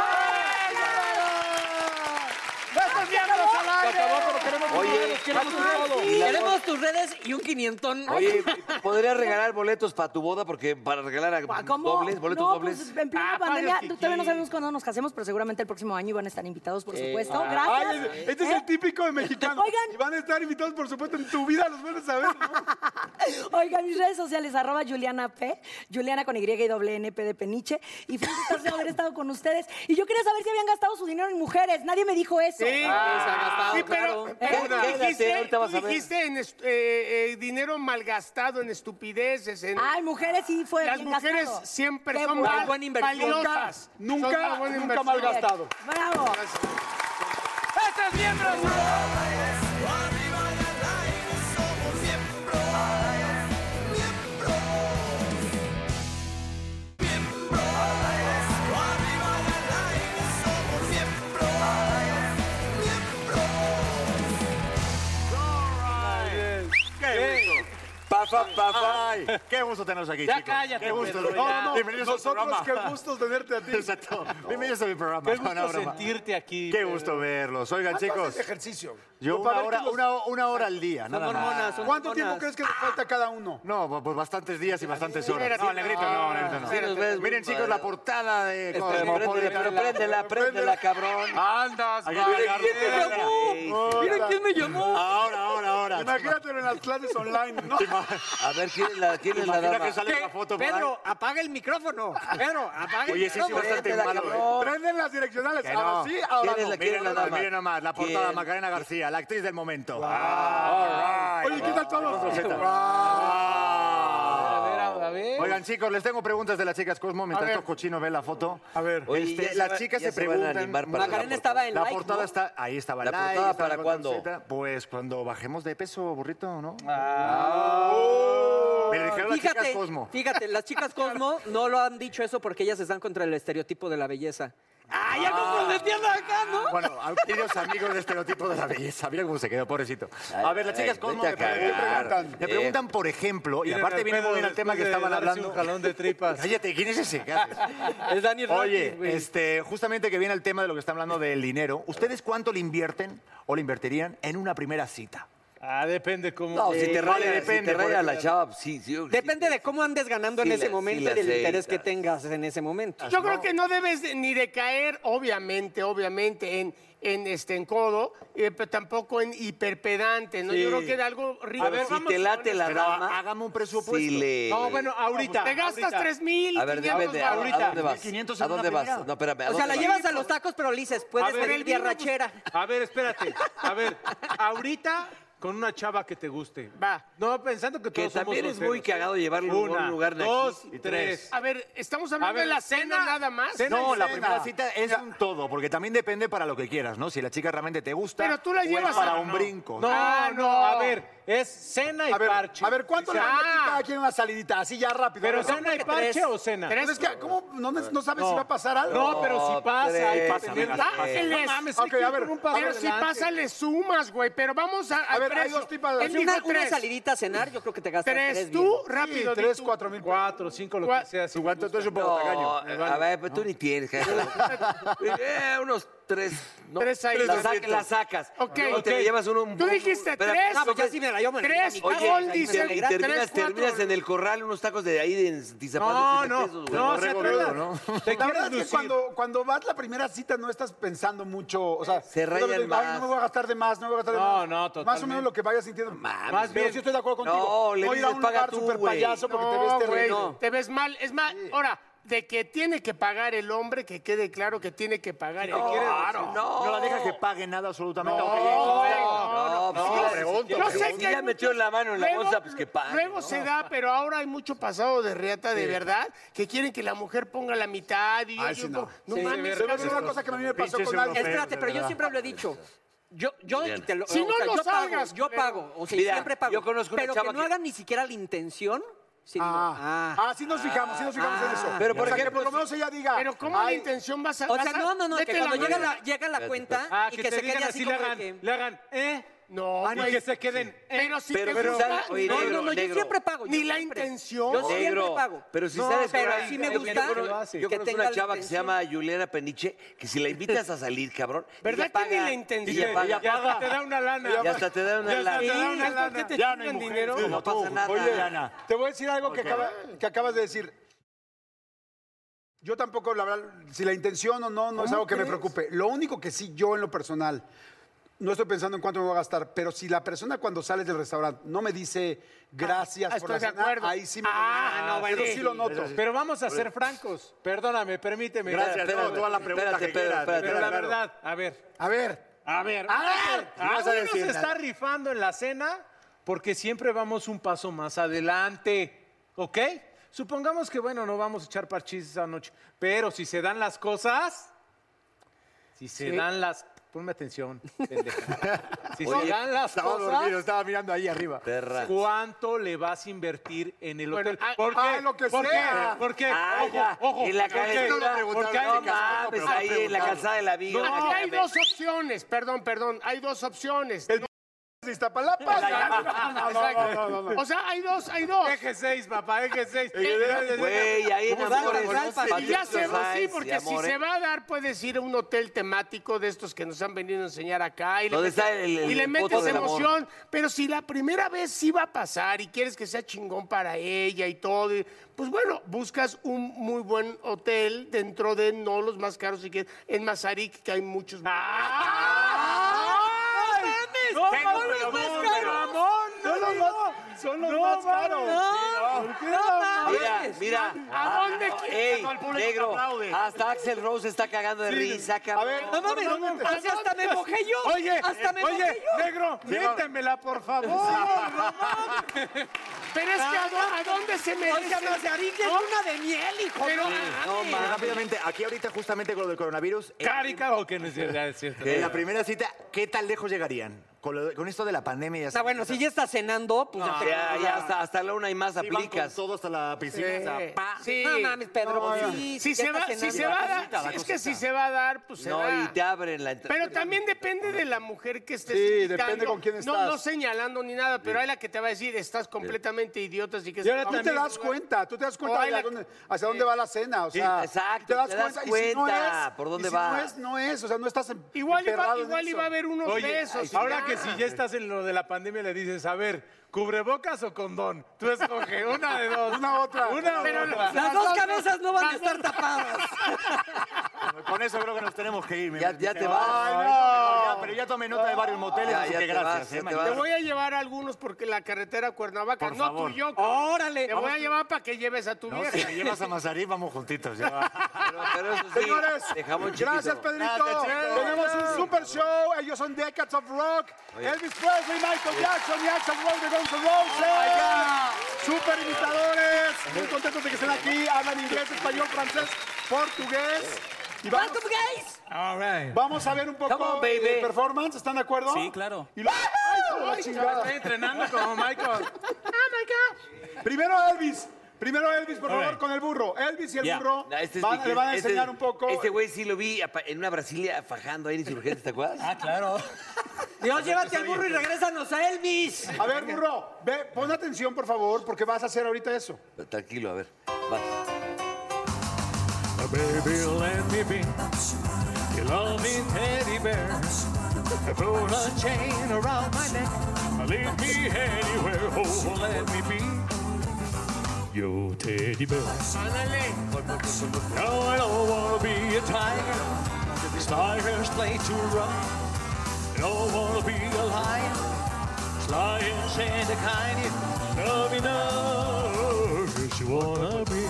Speaker 4: Se acabó, pero queremos
Speaker 6: Oye,
Speaker 4: números, queremos todo.
Speaker 2: Queremos tus redes y un quinientón.
Speaker 6: Oye, ¿podrías regalar boletos para tu boda? Porque para regalar
Speaker 7: Ah, ¿Cómo?
Speaker 6: dobles, boletos
Speaker 7: no,
Speaker 6: dobles.
Speaker 7: Pues, en plena
Speaker 5: Ah,
Speaker 7: pandemia,
Speaker 5: varios
Speaker 7: todavía no
Speaker 5: tiquis.
Speaker 7: sabemos cuándo nos casemos, pero seguramente el próximo año van a estar invitados, por supuesto.
Speaker 4: Eh,
Speaker 2: Ah,
Speaker 4: Ay,
Speaker 7: Gracias.
Speaker 4: este es el típico de mexicano.
Speaker 7: Oigan.
Speaker 4: Y van a estar invitados, por supuesto, en tu vida los vuelves a ver. ¿no?
Speaker 7: Oigan, mis redes sociales, arroba Juliana P, Juliana con Y y doble N P de Peniche. Y fue un gusto haber estado con ustedes. Y yo quería saber si habían gastado su dinero en mujeres. Nadie me dijo eso.
Speaker 5: Sí,
Speaker 2: Ah, se ha gastado,
Speaker 5: sí, pero,
Speaker 2: claro.
Speaker 5: pero
Speaker 6: Quédate,
Speaker 5: tú dijiste,
Speaker 6: ahorita vas
Speaker 5: tú
Speaker 6: a ver.
Speaker 5: dijiste en est- eh, eh, dinero malgastado en estupideces. En,
Speaker 7: Ay, mujeres sí fue
Speaker 5: las
Speaker 7: bien
Speaker 5: mujeres
Speaker 7: gastado.
Speaker 5: siempre
Speaker 7: Qué
Speaker 5: son
Speaker 7: bueno.
Speaker 5: mal-
Speaker 2: buena inversión.
Speaker 5: valiosas.
Speaker 4: Nunca,
Speaker 5: Son una buena
Speaker 4: nunca
Speaker 5: inversión.
Speaker 4: malgastado.
Speaker 7: Bravo.
Speaker 1: Miembros, arriba y al aire somos
Speaker 6: papay.
Speaker 8: Qué gusto tenerlos aquí,
Speaker 3: Ya
Speaker 8: chicos.
Speaker 3: cállate,
Speaker 8: Qué gusto.
Speaker 3: Pedro,
Speaker 8: tenerlos.
Speaker 3: ya. No, no,
Speaker 8: Bienvenidos
Speaker 3: nosotros,
Speaker 8: a tu programa.
Speaker 3: qué gusto
Speaker 4: tenerte a ti.
Speaker 8: Exacto. Bienvenidos a mi programa.
Speaker 3: Qué gusto
Speaker 8: No, no, broma.
Speaker 3: sentirte aquí.
Speaker 8: Qué gusto verlos.
Speaker 4: Ah,
Speaker 8: Oigan, chicos.
Speaker 4: ejercicio?
Speaker 8: Yo
Speaker 4: Pues, para
Speaker 8: una
Speaker 4: ver
Speaker 8: hora,
Speaker 4: qué los-
Speaker 8: una, una hora al día, nada más.
Speaker 4: ¿Cuánto tiempo crees que nos falta cada uno?
Speaker 8: No, pues bastantes días y bastantes horas.
Speaker 6: Espérate.
Speaker 8: No, negrito, no, negrito,
Speaker 6: Sí, nos ves
Speaker 8: no.
Speaker 6: muy
Speaker 8: Miren, chicos, la Este,
Speaker 6: padre.
Speaker 8: portada de
Speaker 6: Espera, Este, préndela, pero préndela, préndela, cabrón.
Speaker 3: Andas,
Speaker 8: Ahí
Speaker 3: madre.
Speaker 8: está.
Speaker 2: ¿Quién me llamó? Mira quién me llamó.
Speaker 8: Ahora, ahora, ahora.
Speaker 4: Imagínatelo en las clases online, ¿no?
Speaker 6: A ver, ¿quién es la, quién es la
Speaker 8: Imagina
Speaker 6: dama?
Speaker 8: que sale la foto por ahí.
Speaker 2: Pedro, apaga el micrófono. Pedro, apaga el
Speaker 8: Oye, sí, sí,
Speaker 2: micrófono.
Speaker 8: bastante
Speaker 6: Préndela,
Speaker 8: malo.
Speaker 6: cabrón.
Speaker 8: ¿eh?
Speaker 4: Prenden las direccionales.
Speaker 8: Que
Speaker 4: Ahora
Speaker 8: no.
Speaker 4: sí, ahora
Speaker 6: ¿Quién es
Speaker 4: no.
Speaker 6: la- quién es
Speaker 8: Miren
Speaker 6: la
Speaker 8: nomás,
Speaker 6: dama?
Speaker 8: miren nomás, la portada
Speaker 6: ¿Quién?
Speaker 8: Macarena García, la actriz del momento.
Speaker 4: Oye, ¿qué tal todos?
Speaker 3: A ver, a ver.
Speaker 8: Oigan, chicos, les tengo preguntas de las chicas Cosmo. Mientras estos cochinos ven la foto.
Speaker 4: A ver.
Speaker 6: Oye,
Speaker 8: Este,
Speaker 6: ya se
Speaker 8: las
Speaker 6: va-
Speaker 8: chicas
Speaker 6: ya
Speaker 8: se
Speaker 6: se van a
Speaker 8: preguntan-
Speaker 6: animar para
Speaker 2: Macarena
Speaker 6: la
Speaker 2: estaba en
Speaker 8: La
Speaker 2: like,
Speaker 8: portada
Speaker 2: ¿no?
Speaker 8: está, ahí estaba.
Speaker 6: ¿La
Speaker 8: like,
Speaker 6: portada
Speaker 8: estaba
Speaker 6: para
Speaker 8: la
Speaker 6: cuándo?
Speaker 8: conchita. Pues cuando bajemos de peso, burrito, ¿no?
Speaker 2: Ah.
Speaker 8: Me lo dijeron las chicas
Speaker 2: Fíjate,
Speaker 8: Cosmo.
Speaker 2: fíjate, las chicas Cosmo no lo han dicho eso porque ellas están contra el estereotipo de la belleza. ¡Ah, ya no metían acá, ¿no?
Speaker 8: Bueno, a- queridos amigos de estereotipo de la belleza, mira cómo se quedó, pobrecito. A ver, las
Speaker 6: Ay,
Speaker 8: chicas Cosmo
Speaker 6: vete a
Speaker 8: me pre- me
Speaker 6: cagar, Eh,
Speaker 8: preguntan, me
Speaker 6: viejo.
Speaker 8: preguntan, por ejemplo, y
Speaker 3: Miren
Speaker 8: aparte
Speaker 3: al
Speaker 8: viene muy
Speaker 3: Pedro
Speaker 8: bien al tema que
Speaker 3: después de
Speaker 8: estaban
Speaker 3: darse
Speaker 8: hablando.
Speaker 3: un jalón de tripas.
Speaker 8: Cállate, ¿quién es ese? ¿Qué haces?
Speaker 2: Es Dani Radcliffe,
Speaker 8: Oye,
Speaker 2: güey.
Speaker 8: este, justamente que viene el tema de lo que está hablando del dinero, ¿ustedes cuánto le invierten o le invertirían en una primera cita?
Speaker 3: Ah, depende cómo.
Speaker 6: No, si
Speaker 8: Sí,
Speaker 6: te
Speaker 8: vale,
Speaker 6: raya, si
Speaker 8: depende,
Speaker 6: te
Speaker 8: por
Speaker 6: raya la
Speaker 8: ejemplo.
Speaker 6: chava, pues sí, sí.
Speaker 2: Depende de cómo andes ganando
Speaker 6: Sí,
Speaker 2: en ese
Speaker 6: la- sí,
Speaker 2: momento
Speaker 6: la
Speaker 2: y del
Speaker 6: sé,
Speaker 2: interés que
Speaker 6: claro.
Speaker 2: tengas en ese momento.
Speaker 5: Yo creo que no debes de- ni de caer, obviamente, obviamente, en, en, este, en codo, eh, pero tampoco en hiperpedante, ¿no? Yo creo que era algo rico.
Speaker 6: A ver, si te late la
Speaker 8: Pero
Speaker 6: dama.
Speaker 8: hágame un presupuesto.
Speaker 6: si le-
Speaker 3: No, bueno, ahorita.
Speaker 5: Te gastas
Speaker 3: ahorita.
Speaker 5: 3 mil,
Speaker 6: A ver, depende. ¿A, a dónde vas?
Speaker 8: 1500 en
Speaker 6: ¿A dónde
Speaker 8: una
Speaker 6: vas?
Speaker 8: primera.
Speaker 6: No, espérame. ¿a
Speaker 2: O sea, la
Speaker 6: dónde vas?
Speaker 2: llevas a los tacos, pero le dices, puedes
Speaker 3: ver,
Speaker 2: pedir
Speaker 3: el vino,
Speaker 2: diarrachera.
Speaker 3: A ver, espérate. A ver, ahorita con una chava que te guste.
Speaker 5: Va.
Speaker 3: No, pensando que
Speaker 6: Que
Speaker 3: todos somos
Speaker 6: también es
Speaker 3: solteros.
Speaker 6: muy cagado llevarlo a
Speaker 3: Una,
Speaker 6: un lugar de aquí
Speaker 3: dos,
Speaker 6: y
Speaker 3: tres.
Speaker 5: A ver, estamos hablando
Speaker 3: A ver,
Speaker 5: de la cena,
Speaker 3: cena-
Speaker 5: nada más.
Speaker 3: cena
Speaker 8: No,
Speaker 3: y
Speaker 8: la
Speaker 3: cena.
Speaker 8: primera cita es un todo, porque también depende para lo que quieras, ¿no? Si la chica realmente te gusta.
Speaker 5: Pero tú la
Speaker 8: o es
Speaker 5: llevas a-
Speaker 8: para un
Speaker 5: no.
Speaker 8: brinco.
Speaker 3: No,
Speaker 5: Ah,
Speaker 3: no,
Speaker 5: no.
Speaker 3: a ver, es cena y
Speaker 4: A ver,
Speaker 3: parche.
Speaker 4: a ver, ¿cuánto
Speaker 3: Sí,
Speaker 4: le van a
Speaker 3: sí.
Speaker 4: meter cada quien una salidita? Así ya rápido.
Speaker 3: ¿Pero
Speaker 4: Ahora,
Speaker 3: cena y
Speaker 2: tres.
Speaker 3: parche o cena?
Speaker 4: Pero es que, ¿cómo no, no sabes si va a pasar algo?
Speaker 3: No, pero si pasa, hay
Speaker 6: tres,
Speaker 3: que tener-
Speaker 6: amiga,
Speaker 3: Ah,
Speaker 5: tres.
Speaker 3: No mames,
Speaker 4: Ok,
Speaker 3: hay que ir
Speaker 4: a ver,
Speaker 3: con un paso
Speaker 5: Pero si
Speaker 3: adelante.
Speaker 5: pasa, le sumas, güey. Pero vamos a.
Speaker 4: A ver, hay dos tipos de-
Speaker 5: Él
Speaker 2: Si una,
Speaker 5: dijo
Speaker 2: una
Speaker 5: tres.
Speaker 2: salidita a cenar, yo creo que te gastas
Speaker 5: Tres,
Speaker 2: tres.
Speaker 5: tú,
Speaker 2: bien.
Speaker 5: rápido.
Speaker 4: Sí,
Speaker 5: di
Speaker 4: tres,
Speaker 5: tú.
Speaker 4: cuatro mil.
Speaker 3: Cuatro, cinco, lo que
Speaker 5: Cua-
Speaker 3: sea. si
Speaker 8: ¿Cuánto tú
Speaker 3: gusta.
Speaker 8: eres un poco
Speaker 6: No,
Speaker 8: tacaño?
Speaker 6: a ver, pues tú ni tienes. cara. Eh, unos tres. No,
Speaker 5: Tres ahí.
Speaker 6: La,
Speaker 5: Tres
Speaker 6: sac-
Speaker 5: doscientos.
Speaker 6: la sacas.
Speaker 5: Ok.
Speaker 6: Luego te
Speaker 5: Ok.
Speaker 6: llevas uno. un-
Speaker 5: Tú dijiste
Speaker 6: Espérame,
Speaker 5: tres.
Speaker 2: No, pues ya sí me la yo me la
Speaker 5: Tres,
Speaker 2: llevo a mi casa,
Speaker 6: Oye,
Speaker 5: Gol,
Speaker 2: ahí me
Speaker 6: y
Speaker 5: dice,
Speaker 2: la
Speaker 6: te- y
Speaker 2: gratis.
Speaker 6: terminas,
Speaker 5: tres, cuatro.
Speaker 6: terminas en el corral unos tacos de ahí de Tizapán.
Speaker 3: No,
Speaker 6: de 7
Speaker 3: no,
Speaker 6: pesos, güey.
Speaker 3: no, se
Speaker 8: borrego
Speaker 3: atrevan.
Speaker 8: rudo,
Speaker 3: Te
Speaker 4: La verdad
Speaker 3: quieres
Speaker 4: es que
Speaker 3: lucir.
Speaker 4: cuando, cuando vas la primera cita no estás pensando mucho, o sea...
Speaker 6: Se rayan
Speaker 4: solamente, Ay,
Speaker 6: más.
Speaker 4: no me voy a gastar de más, no me voy a gastar de
Speaker 3: No,
Speaker 4: más.
Speaker 3: no,
Speaker 4: Más o
Speaker 3: totalmente.
Speaker 4: menos lo que vayas sintiendo.
Speaker 6: mames.
Speaker 4: Más
Speaker 3: bien.
Speaker 4: bien. Pero sí estoy de acuerdo contigo.
Speaker 6: No, le
Speaker 4: no ir a
Speaker 6: dices,
Speaker 4: un
Speaker 6: paga
Speaker 4: lugar
Speaker 6: tú,
Speaker 4: súper
Speaker 6: güey.
Speaker 4: payaso porque te ves
Speaker 5: No, güey,
Speaker 4: terrible.
Speaker 5: te ves mal. Es más, ahora, de que tiene que pagar el hombre, que quede claro que tiene que pagar. el hombre.
Speaker 6: Claro, no.
Speaker 8: No la dejas que pague nada absolutamente. aunque
Speaker 5: No,
Speaker 8: llegue.
Speaker 6: No,
Speaker 5: no,
Speaker 6: pues,
Speaker 5: no,
Speaker 6: sí,
Speaker 5: no,
Speaker 6: la pregunto,
Speaker 5: Yo
Speaker 6: pregunto.
Speaker 5: sé que
Speaker 6: Si
Speaker 5: hay
Speaker 6: ya metió
Speaker 5: muchos-
Speaker 6: la mano en la
Speaker 5: luego-
Speaker 6: bolsa, pues que pague.
Speaker 5: Luego
Speaker 6: ¿no?
Speaker 5: se da, pero ahora hay mucho pasado de reata de verdad que quieren que la mujer ponga la mitad y
Speaker 4: Ay,
Speaker 5: yo
Speaker 4: sí,
Speaker 5: digo,
Speaker 4: no.
Speaker 5: no
Speaker 4: Se
Speaker 5: mames.
Speaker 4: ve una cosa que a mí me pasó
Speaker 8: Pinches
Speaker 4: con alguien.
Speaker 8: europeos.
Speaker 2: Espérate,
Speaker 8: de
Speaker 2: pero yo
Speaker 8: verdad.
Speaker 2: siempre lo he dicho. Yo, yo
Speaker 6: Bien.
Speaker 2: te lo,
Speaker 5: Si no lo
Speaker 2: yo
Speaker 5: salgas,
Speaker 2: pago, yo
Speaker 5: pero-
Speaker 2: pago, o sea,
Speaker 6: Mira,
Speaker 2: siempre pago.
Speaker 6: yo conozco una
Speaker 2: pero
Speaker 6: chava
Speaker 2: que no
Speaker 6: que-
Speaker 2: hagan ni siquiera la intención. sí digo,
Speaker 4: Ah,
Speaker 2: ah.
Speaker 4: ah, sí nos fijamos, sí nos fijamos en eso.
Speaker 6: Pero, por
Speaker 4: o sea,
Speaker 6: ejemplo,
Speaker 4: que por lo menos ella diga...
Speaker 5: Pero ¿cómo la
Speaker 4: ay,
Speaker 5: intención vas a
Speaker 2: O sea,
Speaker 5: vas a-
Speaker 2: no, no, no, que
Speaker 5: vete la
Speaker 2: cuando llega
Speaker 5: mano.
Speaker 2: la, llega la cuenta
Speaker 3: Ah,
Speaker 2: y
Speaker 3: que,
Speaker 2: que,
Speaker 3: te
Speaker 2: se
Speaker 3: digan
Speaker 2: quede
Speaker 3: así,
Speaker 2: así
Speaker 3: le
Speaker 2: como de
Speaker 3: hagan,
Speaker 2: que...
Speaker 3: le hagan, ¿eh?
Speaker 5: No,
Speaker 3: y
Speaker 5: güey.
Speaker 3: que se queden, eh.
Speaker 5: Pero si
Speaker 6: Pero
Speaker 5: te
Speaker 6: si
Speaker 5: gusta,
Speaker 6: sale- oye,
Speaker 2: No,
Speaker 6: negro,
Speaker 2: no, no, yo
Speaker 6: negro.
Speaker 2: siempre pago. yo
Speaker 5: Ni la
Speaker 2: siempre.
Speaker 5: intención.
Speaker 2: Yo siempre
Speaker 6: Negro,
Speaker 2: pago.
Speaker 6: pero si
Speaker 2: No,
Speaker 6: sabes
Speaker 2: pero
Speaker 6: que-
Speaker 2: sí me
Speaker 6: yo
Speaker 2: gusta
Speaker 6: conozco- Yo
Speaker 2: que
Speaker 6: conozco
Speaker 2: tenga
Speaker 6: una
Speaker 2: la
Speaker 6: chava que se
Speaker 2: intención.
Speaker 6: llama Juliana Peniche, que si la invitas a salir, cabrón,
Speaker 5: ¿Verdad
Speaker 6: ella
Speaker 5: que ni
Speaker 6: paga,
Speaker 5: la intención?
Speaker 6: ella paga.
Speaker 3: Y hasta te da una lana.
Speaker 6: Y hasta te da una
Speaker 3: Y hasta
Speaker 6: lana.
Speaker 3: te da
Speaker 5: Sí,
Speaker 3: una
Speaker 5: es porque
Speaker 3: lana.
Speaker 5: te
Speaker 8: Ya no hay
Speaker 5: chingan
Speaker 8: mujeres
Speaker 5: dinero.
Speaker 6: No pasa nada.
Speaker 4: Oye,
Speaker 8: Diana.
Speaker 4: te voy a decir algo que, acaba- que acabas de decir. Yo tampoco, la verdad, si la intención o no, no es algo que me preocupe. Lo único que sí, yo en lo personal, no estoy pensando en cuánto me voy a gastar, pero si la persona cuando sales del restaurante no me dice gracias
Speaker 5: Ah,
Speaker 4: por la
Speaker 5: estoy de
Speaker 4: cena,
Speaker 5: acuerdo.
Speaker 4: ahí sí me
Speaker 5: Ah, no, bueno,
Speaker 4: pero sí,
Speaker 5: sí,
Speaker 4: lo noto.
Speaker 3: Pero vamos a ser francos. Perdóname, permíteme.
Speaker 8: Gracias,
Speaker 6: Espérate,
Speaker 8: no, toda la
Speaker 6: espérate,
Speaker 8: pregunta que
Speaker 6: espérate,
Speaker 8: quieras,
Speaker 6: espérate,
Speaker 3: Pero la
Speaker 8: claro.
Speaker 3: verdad, a ver.
Speaker 4: A ver,
Speaker 3: A ver,
Speaker 4: A ver,
Speaker 3: a
Speaker 8: no vas a
Speaker 3: uno
Speaker 8: decir
Speaker 3: se
Speaker 8: nada.
Speaker 3: está rifando en la cena porque siempre vamos un paso más adelante, ¿ok? Supongamos que, bueno, no vamos a echar parchís esa noche, pero si se dan las cosas, si se dan las... Ponme atención, pendeja. Si se
Speaker 6: Oye,
Speaker 3: dan las
Speaker 8: Estaba dormido,
Speaker 3: cosas,
Speaker 8: estaba mirando ahí arriba.
Speaker 6: Perra.
Speaker 3: ¿cuánto le vas a invertir en el hotel?
Speaker 5: ah,
Speaker 3: ¿Por qué?
Speaker 4: ah, lo que
Speaker 3: ¿Por
Speaker 4: sea.
Speaker 3: qué? ¿Por qué?
Speaker 6: Ah, ya.
Speaker 3: ojo, ojo.
Speaker 6: En la
Speaker 3: ¿por qué?
Speaker 6: calentura.
Speaker 3: Porque hay-
Speaker 6: No mames, ahí en la calzada de la viga.
Speaker 5: Acá hay dos opciones, perdón, perdón. Hay dos opciones.
Speaker 4: de Iztapalapa. No, no, no, no, no.
Speaker 5: O sea, hay dos, hay dos.
Speaker 3: Eje 6, papá, eje 6.
Speaker 6: Güey, ahí en
Speaker 3: ¿Cómo se
Speaker 6: Amores,
Speaker 3: llama?
Speaker 6: no sé.
Speaker 5: Y ya se va, sí,
Speaker 6: Sainz,
Speaker 5: porque
Speaker 6: de
Speaker 5: si
Speaker 6: Amores.
Speaker 5: se va a dar, puedes ir a un hotel temático de estos que nos han venido a enseñar acá y le,
Speaker 6: ¿Dónde
Speaker 5: metes-
Speaker 6: está el- el-
Speaker 5: y le
Speaker 6: el
Speaker 5: metes
Speaker 6: voto del amor?
Speaker 5: emoción. Pero si la primera vez sí va a pasar y quieres que sea chingón para ella y todo, y- pues bueno, buscas un muy buen hotel dentro de no los más caros si quieres. En Mazarik, que hay muchos.
Speaker 2: Ah,
Speaker 3: ¡No, no, los más caros! ¡No, no, no! ¡Son los más caros! ¿Por qué no?
Speaker 6: Mira, mira. Ah,
Speaker 5: ¿A dónde quieres?
Speaker 6: Ey,
Speaker 5: Todo el público te
Speaker 6: negro,
Speaker 5: aplaude.
Speaker 6: hasta Axel Rose está cagando de risa, cabrón.
Speaker 2: No mames, o sea, hasta me mojé yo.
Speaker 3: Oye,
Speaker 2: hasta me mojé
Speaker 3: oye,
Speaker 2: yo.
Speaker 3: negro, miéntemela, por favor.
Speaker 5: Pero es que ¿a, dó- a dónde se merece?
Speaker 2: Oiga, Mazarik es luna de miel, hijo.
Speaker 5: Pero,
Speaker 6: No
Speaker 8: Pero
Speaker 6: mames.
Speaker 8: rápidamente, aquí ahorita justamente con lo del coronavirus, en-
Speaker 3: Carica o que no es cierto, es cierto.
Speaker 8: en la primera cita, ¿qué tan lejos llegarían? Con, lo de- con esto de la pandemia y así.
Speaker 2: Ah, bueno, si ya está cenando, pues ya te
Speaker 6: Ya, ya, hasta, hasta la una y más
Speaker 8: Sí, van con
Speaker 6: aplicas.
Speaker 8: todo hasta la piscina. o sea, pa.
Speaker 5: Sí.
Speaker 2: No mames,
Speaker 5: pues,
Speaker 2: Pedro. sí,
Speaker 5: Si se,
Speaker 2: ya está
Speaker 5: va, si
Speaker 2: cenando.
Speaker 5: se va a
Speaker 6: La
Speaker 5: dar,
Speaker 6: cosita, la
Speaker 5: si es que si
Speaker 6: cosita.
Speaker 5: se va a dar, pues se
Speaker 6: No,
Speaker 5: da.
Speaker 6: y te abren la entrada.
Speaker 5: Pero también depende de la mujer que estés
Speaker 4: Sí,
Speaker 5: invitando.
Speaker 4: depende con quién
Speaker 5: No,
Speaker 4: estás.
Speaker 5: no señalando ni nada, pero hay la que te va a decir, estás completamente idiota, así que...
Speaker 4: Y ahora tú te
Speaker 5: vamos a
Speaker 4: das
Speaker 5: jugar".
Speaker 4: cuenta, tú te das cuenta
Speaker 5: Oye,
Speaker 4: de
Speaker 5: la-
Speaker 4: dónde- hacia dónde va la cena, o sea,
Speaker 6: exacto,
Speaker 4: te das
Speaker 6: te das
Speaker 4: cuenta, y si no
Speaker 6: cuenta
Speaker 4: es,
Speaker 6: por dónde
Speaker 4: y si
Speaker 6: va.
Speaker 4: no es, no es, o sea, no estás en-
Speaker 5: Igual, iba,
Speaker 4: emperrado en
Speaker 5: igual
Speaker 4: eso.
Speaker 5: iba a haber unos
Speaker 3: Oye,
Speaker 5: besos. y
Speaker 3: ahora
Speaker 5: ya.
Speaker 3: que si ya estás en lo de la pandemia le dices, a ver, ¿cubrebocas o condón? Tú escoge una de dos.
Speaker 4: Una otra.
Speaker 3: Una o
Speaker 5: Pero
Speaker 3: otra.
Speaker 2: Las dos cabezas no van a estar tapadas.
Speaker 8: Con eso creo que nos tenemos que ir. mi
Speaker 6: Ya-
Speaker 8: Martín.
Speaker 6: ya te vas.
Speaker 8: Ay, no, pero ya- Pero ya tomé nota de varios moteles,
Speaker 6: Ya,
Speaker 8: así
Speaker 6: ya
Speaker 8: que
Speaker 6: te
Speaker 8: gracias.
Speaker 6: vas, ya
Speaker 8: eh,
Speaker 6: te
Speaker 8: Martín.
Speaker 6: vas.
Speaker 5: Te voy a llevar a algunos porque la carretera a Cuernavaca,
Speaker 8: Por
Speaker 5: no
Speaker 8: favor.
Speaker 5: tú y yo. cabrón.
Speaker 2: Órale.
Speaker 5: Te voy a llevar para que lleves a tu
Speaker 8: No,
Speaker 5: vieja.
Speaker 8: si me llevas a Mazarí, vamos juntitos. ya.
Speaker 6: Pero, pero eso sí,
Speaker 4: Señores,
Speaker 6: dejamos chiquito.
Speaker 4: gracias Pedrito.
Speaker 8: Gracias, chiquito.
Speaker 4: Tenemos un super show. Ellos son Decades of Rock. Elvis Presley, Michael Jackson y Axel Rose de Guns N' Roses.
Speaker 8: Oh
Speaker 4: super imitadores. Muy contentos de que estén aquí. Hablan inglés, español, francés, portugués. Y vamos,
Speaker 2: gays!
Speaker 3: All right.
Speaker 4: vamos a ver un
Speaker 6: Come on,
Speaker 4: poco
Speaker 6: baby.
Speaker 4: de performance. ¿Están de acuerdo?
Speaker 9: Sí, claro.
Speaker 4: Y lo- ¡Ay, hijo de la chingada!
Speaker 3: Estoy entrenando como
Speaker 2: Ah,
Speaker 3: Michael.
Speaker 4: Primero Elvis. Primero Elvis, por favor,
Speaker 3: Alright.
Speaker 4: con el burro. Elvis y el
Speaker 9: Ya.
Speaker 4: burro
Speaker 6: No, este es
Speaker 4: van-
Speaker 6: mi-
Speaker 4: le van a
Speaker 6: este-
Speaker 4: enseñar un poco.
Speaker 6: Este güey sí lo vi apa- en una Brasilia fajando ahí en Insurgentes, ¿te acuerdas?
Speaker 9: Ah, claro.
Speaker 2: Dios, llévate al burro y regrésanos a Elvis.
Speaker 4: A ver, burro, ve, pon atención, por favor, porque vas a hacer ahorita eso.
Speaker 6: Pero Tranquilo, a ver. Vas.
Speaker 9: Baby, let me be. You love me, teddy bear. Put a chain around my neck. Leave me anywhere. Oh, let me be. Yo, teddy bear. No, I don't wanna be a tiger. 'Cause tigers play too rough. I don't wanna be a lion. 'Cause lions ain't the kind you love enough. Yes, you wanna be.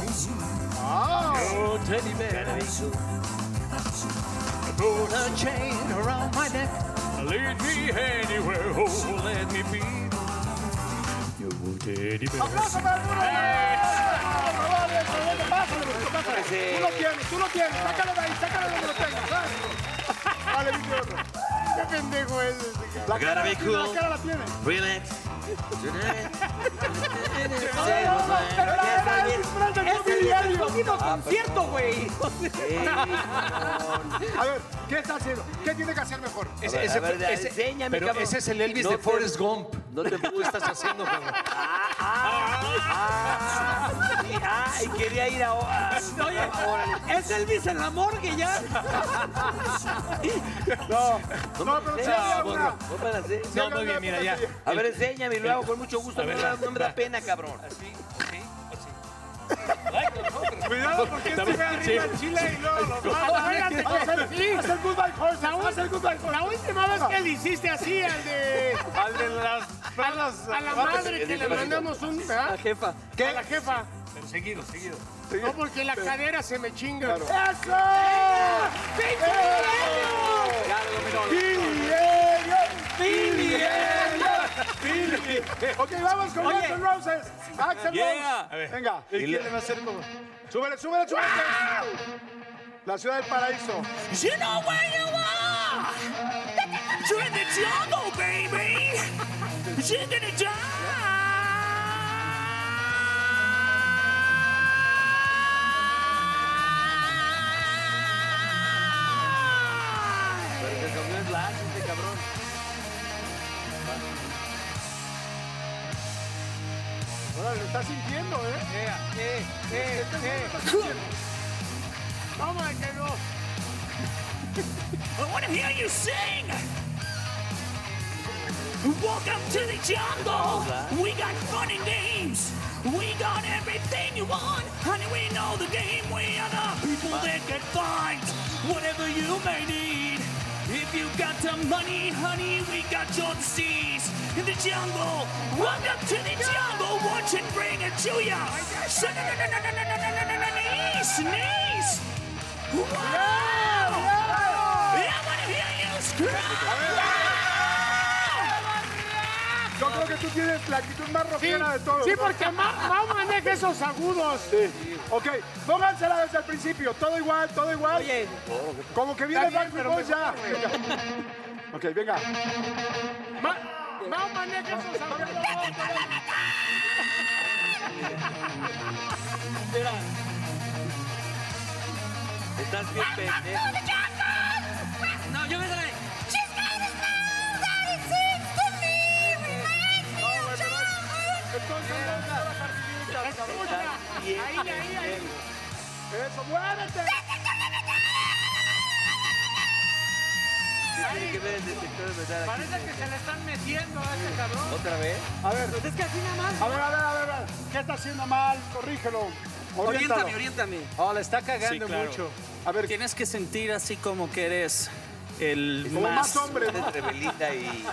Speaker 9: Your Oh. teddy bear. Put a chain around my neck. Lead me anywhere. Oh, let me be. Your teddy bear.
Speaker 4: Tú lo tienes, tú lo tienes. Sácalo de ahí, sácalo de donde lo tengas. ¿sabes? Vale, mi burro. Qué pendejo es este. La
Speaker 6: Gotta
Speaker 4: cara,
Speaker 6: be
Speaker 4: la tiene, la
Speaker 6: cool.
Speaker 4: cara la tiene.
Speaker 6: Relax.
Speaker 4: Pero era Elvis Presley, no Billy Elliot.
Speaker 2: concierto, güey.
Speaker 4: A ver, ¿qué está haciendo? ¿Qué tiene que hacer mejor?
Speaker 6: Ese- ese- ese- pero ese es el Elvis de Forrest
Speaker 9: Gump.
Speaker 6: No te
Speaker 9: ¿Qué estás haciendo, cabrón?
Speaker 6: Ay, quería ir a. a-
Speaker 2: Es Elvis en la morgue ya.
Speaker 4: No, pero sí había una.
Speaker 6: No pueden hacer.
Speaker 9: No, muy bien, mira, ya.
Speaker 6: A ver, enséñame, lo hago con mucho gusto. No, me da- no me da pena, cabrón.
Speaker 4: Cuidado, porque este ve arriba el chile y luego lo va.
Speaker 5: Espérate, sí.
Speaker 4: Haz el goodbye horse,
Speaker 5: La
Speaker 4: haz el goodbye
Speaker 5: última,
Speaker 4: horse.
Speaker 5: la última vez que le hiciste así al de...
Speaker 3: Al de las perlas.
Speaker 5: A la madre que le mandamos un... ¿verdad?
Speaker 2: Jefa.
Speaker 5: A la jefa.
Speaker 9: Seguido, seguido.
Speaker 5: No, porque la cadera se me chinga.
Speaker 4: ¡Eso!
Speaker 10: ¡Eh!
Speaker 5: ¡Pinche
Speaker 4: Billy Elliot. Billy Elliot. Ok, vamos con
Speaker 2: Oye.
Speaker 4: Guns N' Roses. Axel
Speaker 9: Yeah.
Speaker 4: Rose. Venga. Súbele, súbele, súbele. La ciudad del paraíso.
Speaker 9: You know where you are. You're in the jungle, baby. You're gonna die.
Speaker 4: Ahora lo está sintiendo, ¿eh?
Speaker 3: Eh, eh, eh.
Speaker 5: Toma, que no.
Speaker 9: I want to hear you sing. Welcome to the jungle. We got funny games. We got everything you want. Honey, we know the game. We are the people that can find whatever you may need. If you got the money, honey, we got your disease. In the jungle, welcome to the jungle. Watch it bring it to ya. Sneeze, sneeze. Wow! I wanna hear you scream!
Speaker 4: Yo creo que tú tienes la actitud más rockera de todos.
Speaker 5: sí, porque Mau- Mau maneja
Speaker 4: esos agudos. Ok, póngansela desde el principio. Todo igual, todo igual. Oye. Como que viene
Speaker 5: Está bien, pero
Speaker 4: Backstreet Boys ya.
Speaker 5: mejor,
Speaker 4: ok, venga.
Speaker 5: Mau maneja esos
Speaker 6: Estás bien pendejo.
Speaker 9: No, yo me trae.
Speaker 5: Ahí, ahí, ahí.
Speaker 4: Eso, muévete.
Speaker 6: ¿Qué tiene que ver el detector de metal aquí?
Speaker 3: Parece que se le están metiendo a este cabrón.
Speaker 6: ¿Otra vez?
Speaker 4: A ver.
Speaker 10: Pues es que así nada más.
Speaker 4: A ver, a ver, a ver, a ver. ¿Qué está haciendo mal? Corrígelo. Oriéntalo.
Speaker 10: Oriéntame, oriéntame.
Speaker 3: Oh, le está cagando mucho.
Speaker 4: A ver.
Speaker 11: Tienes que sentir así como que eres el
Speaker 4: Como más hombre, ¿no?
Speaker 6: Entre Belinda y.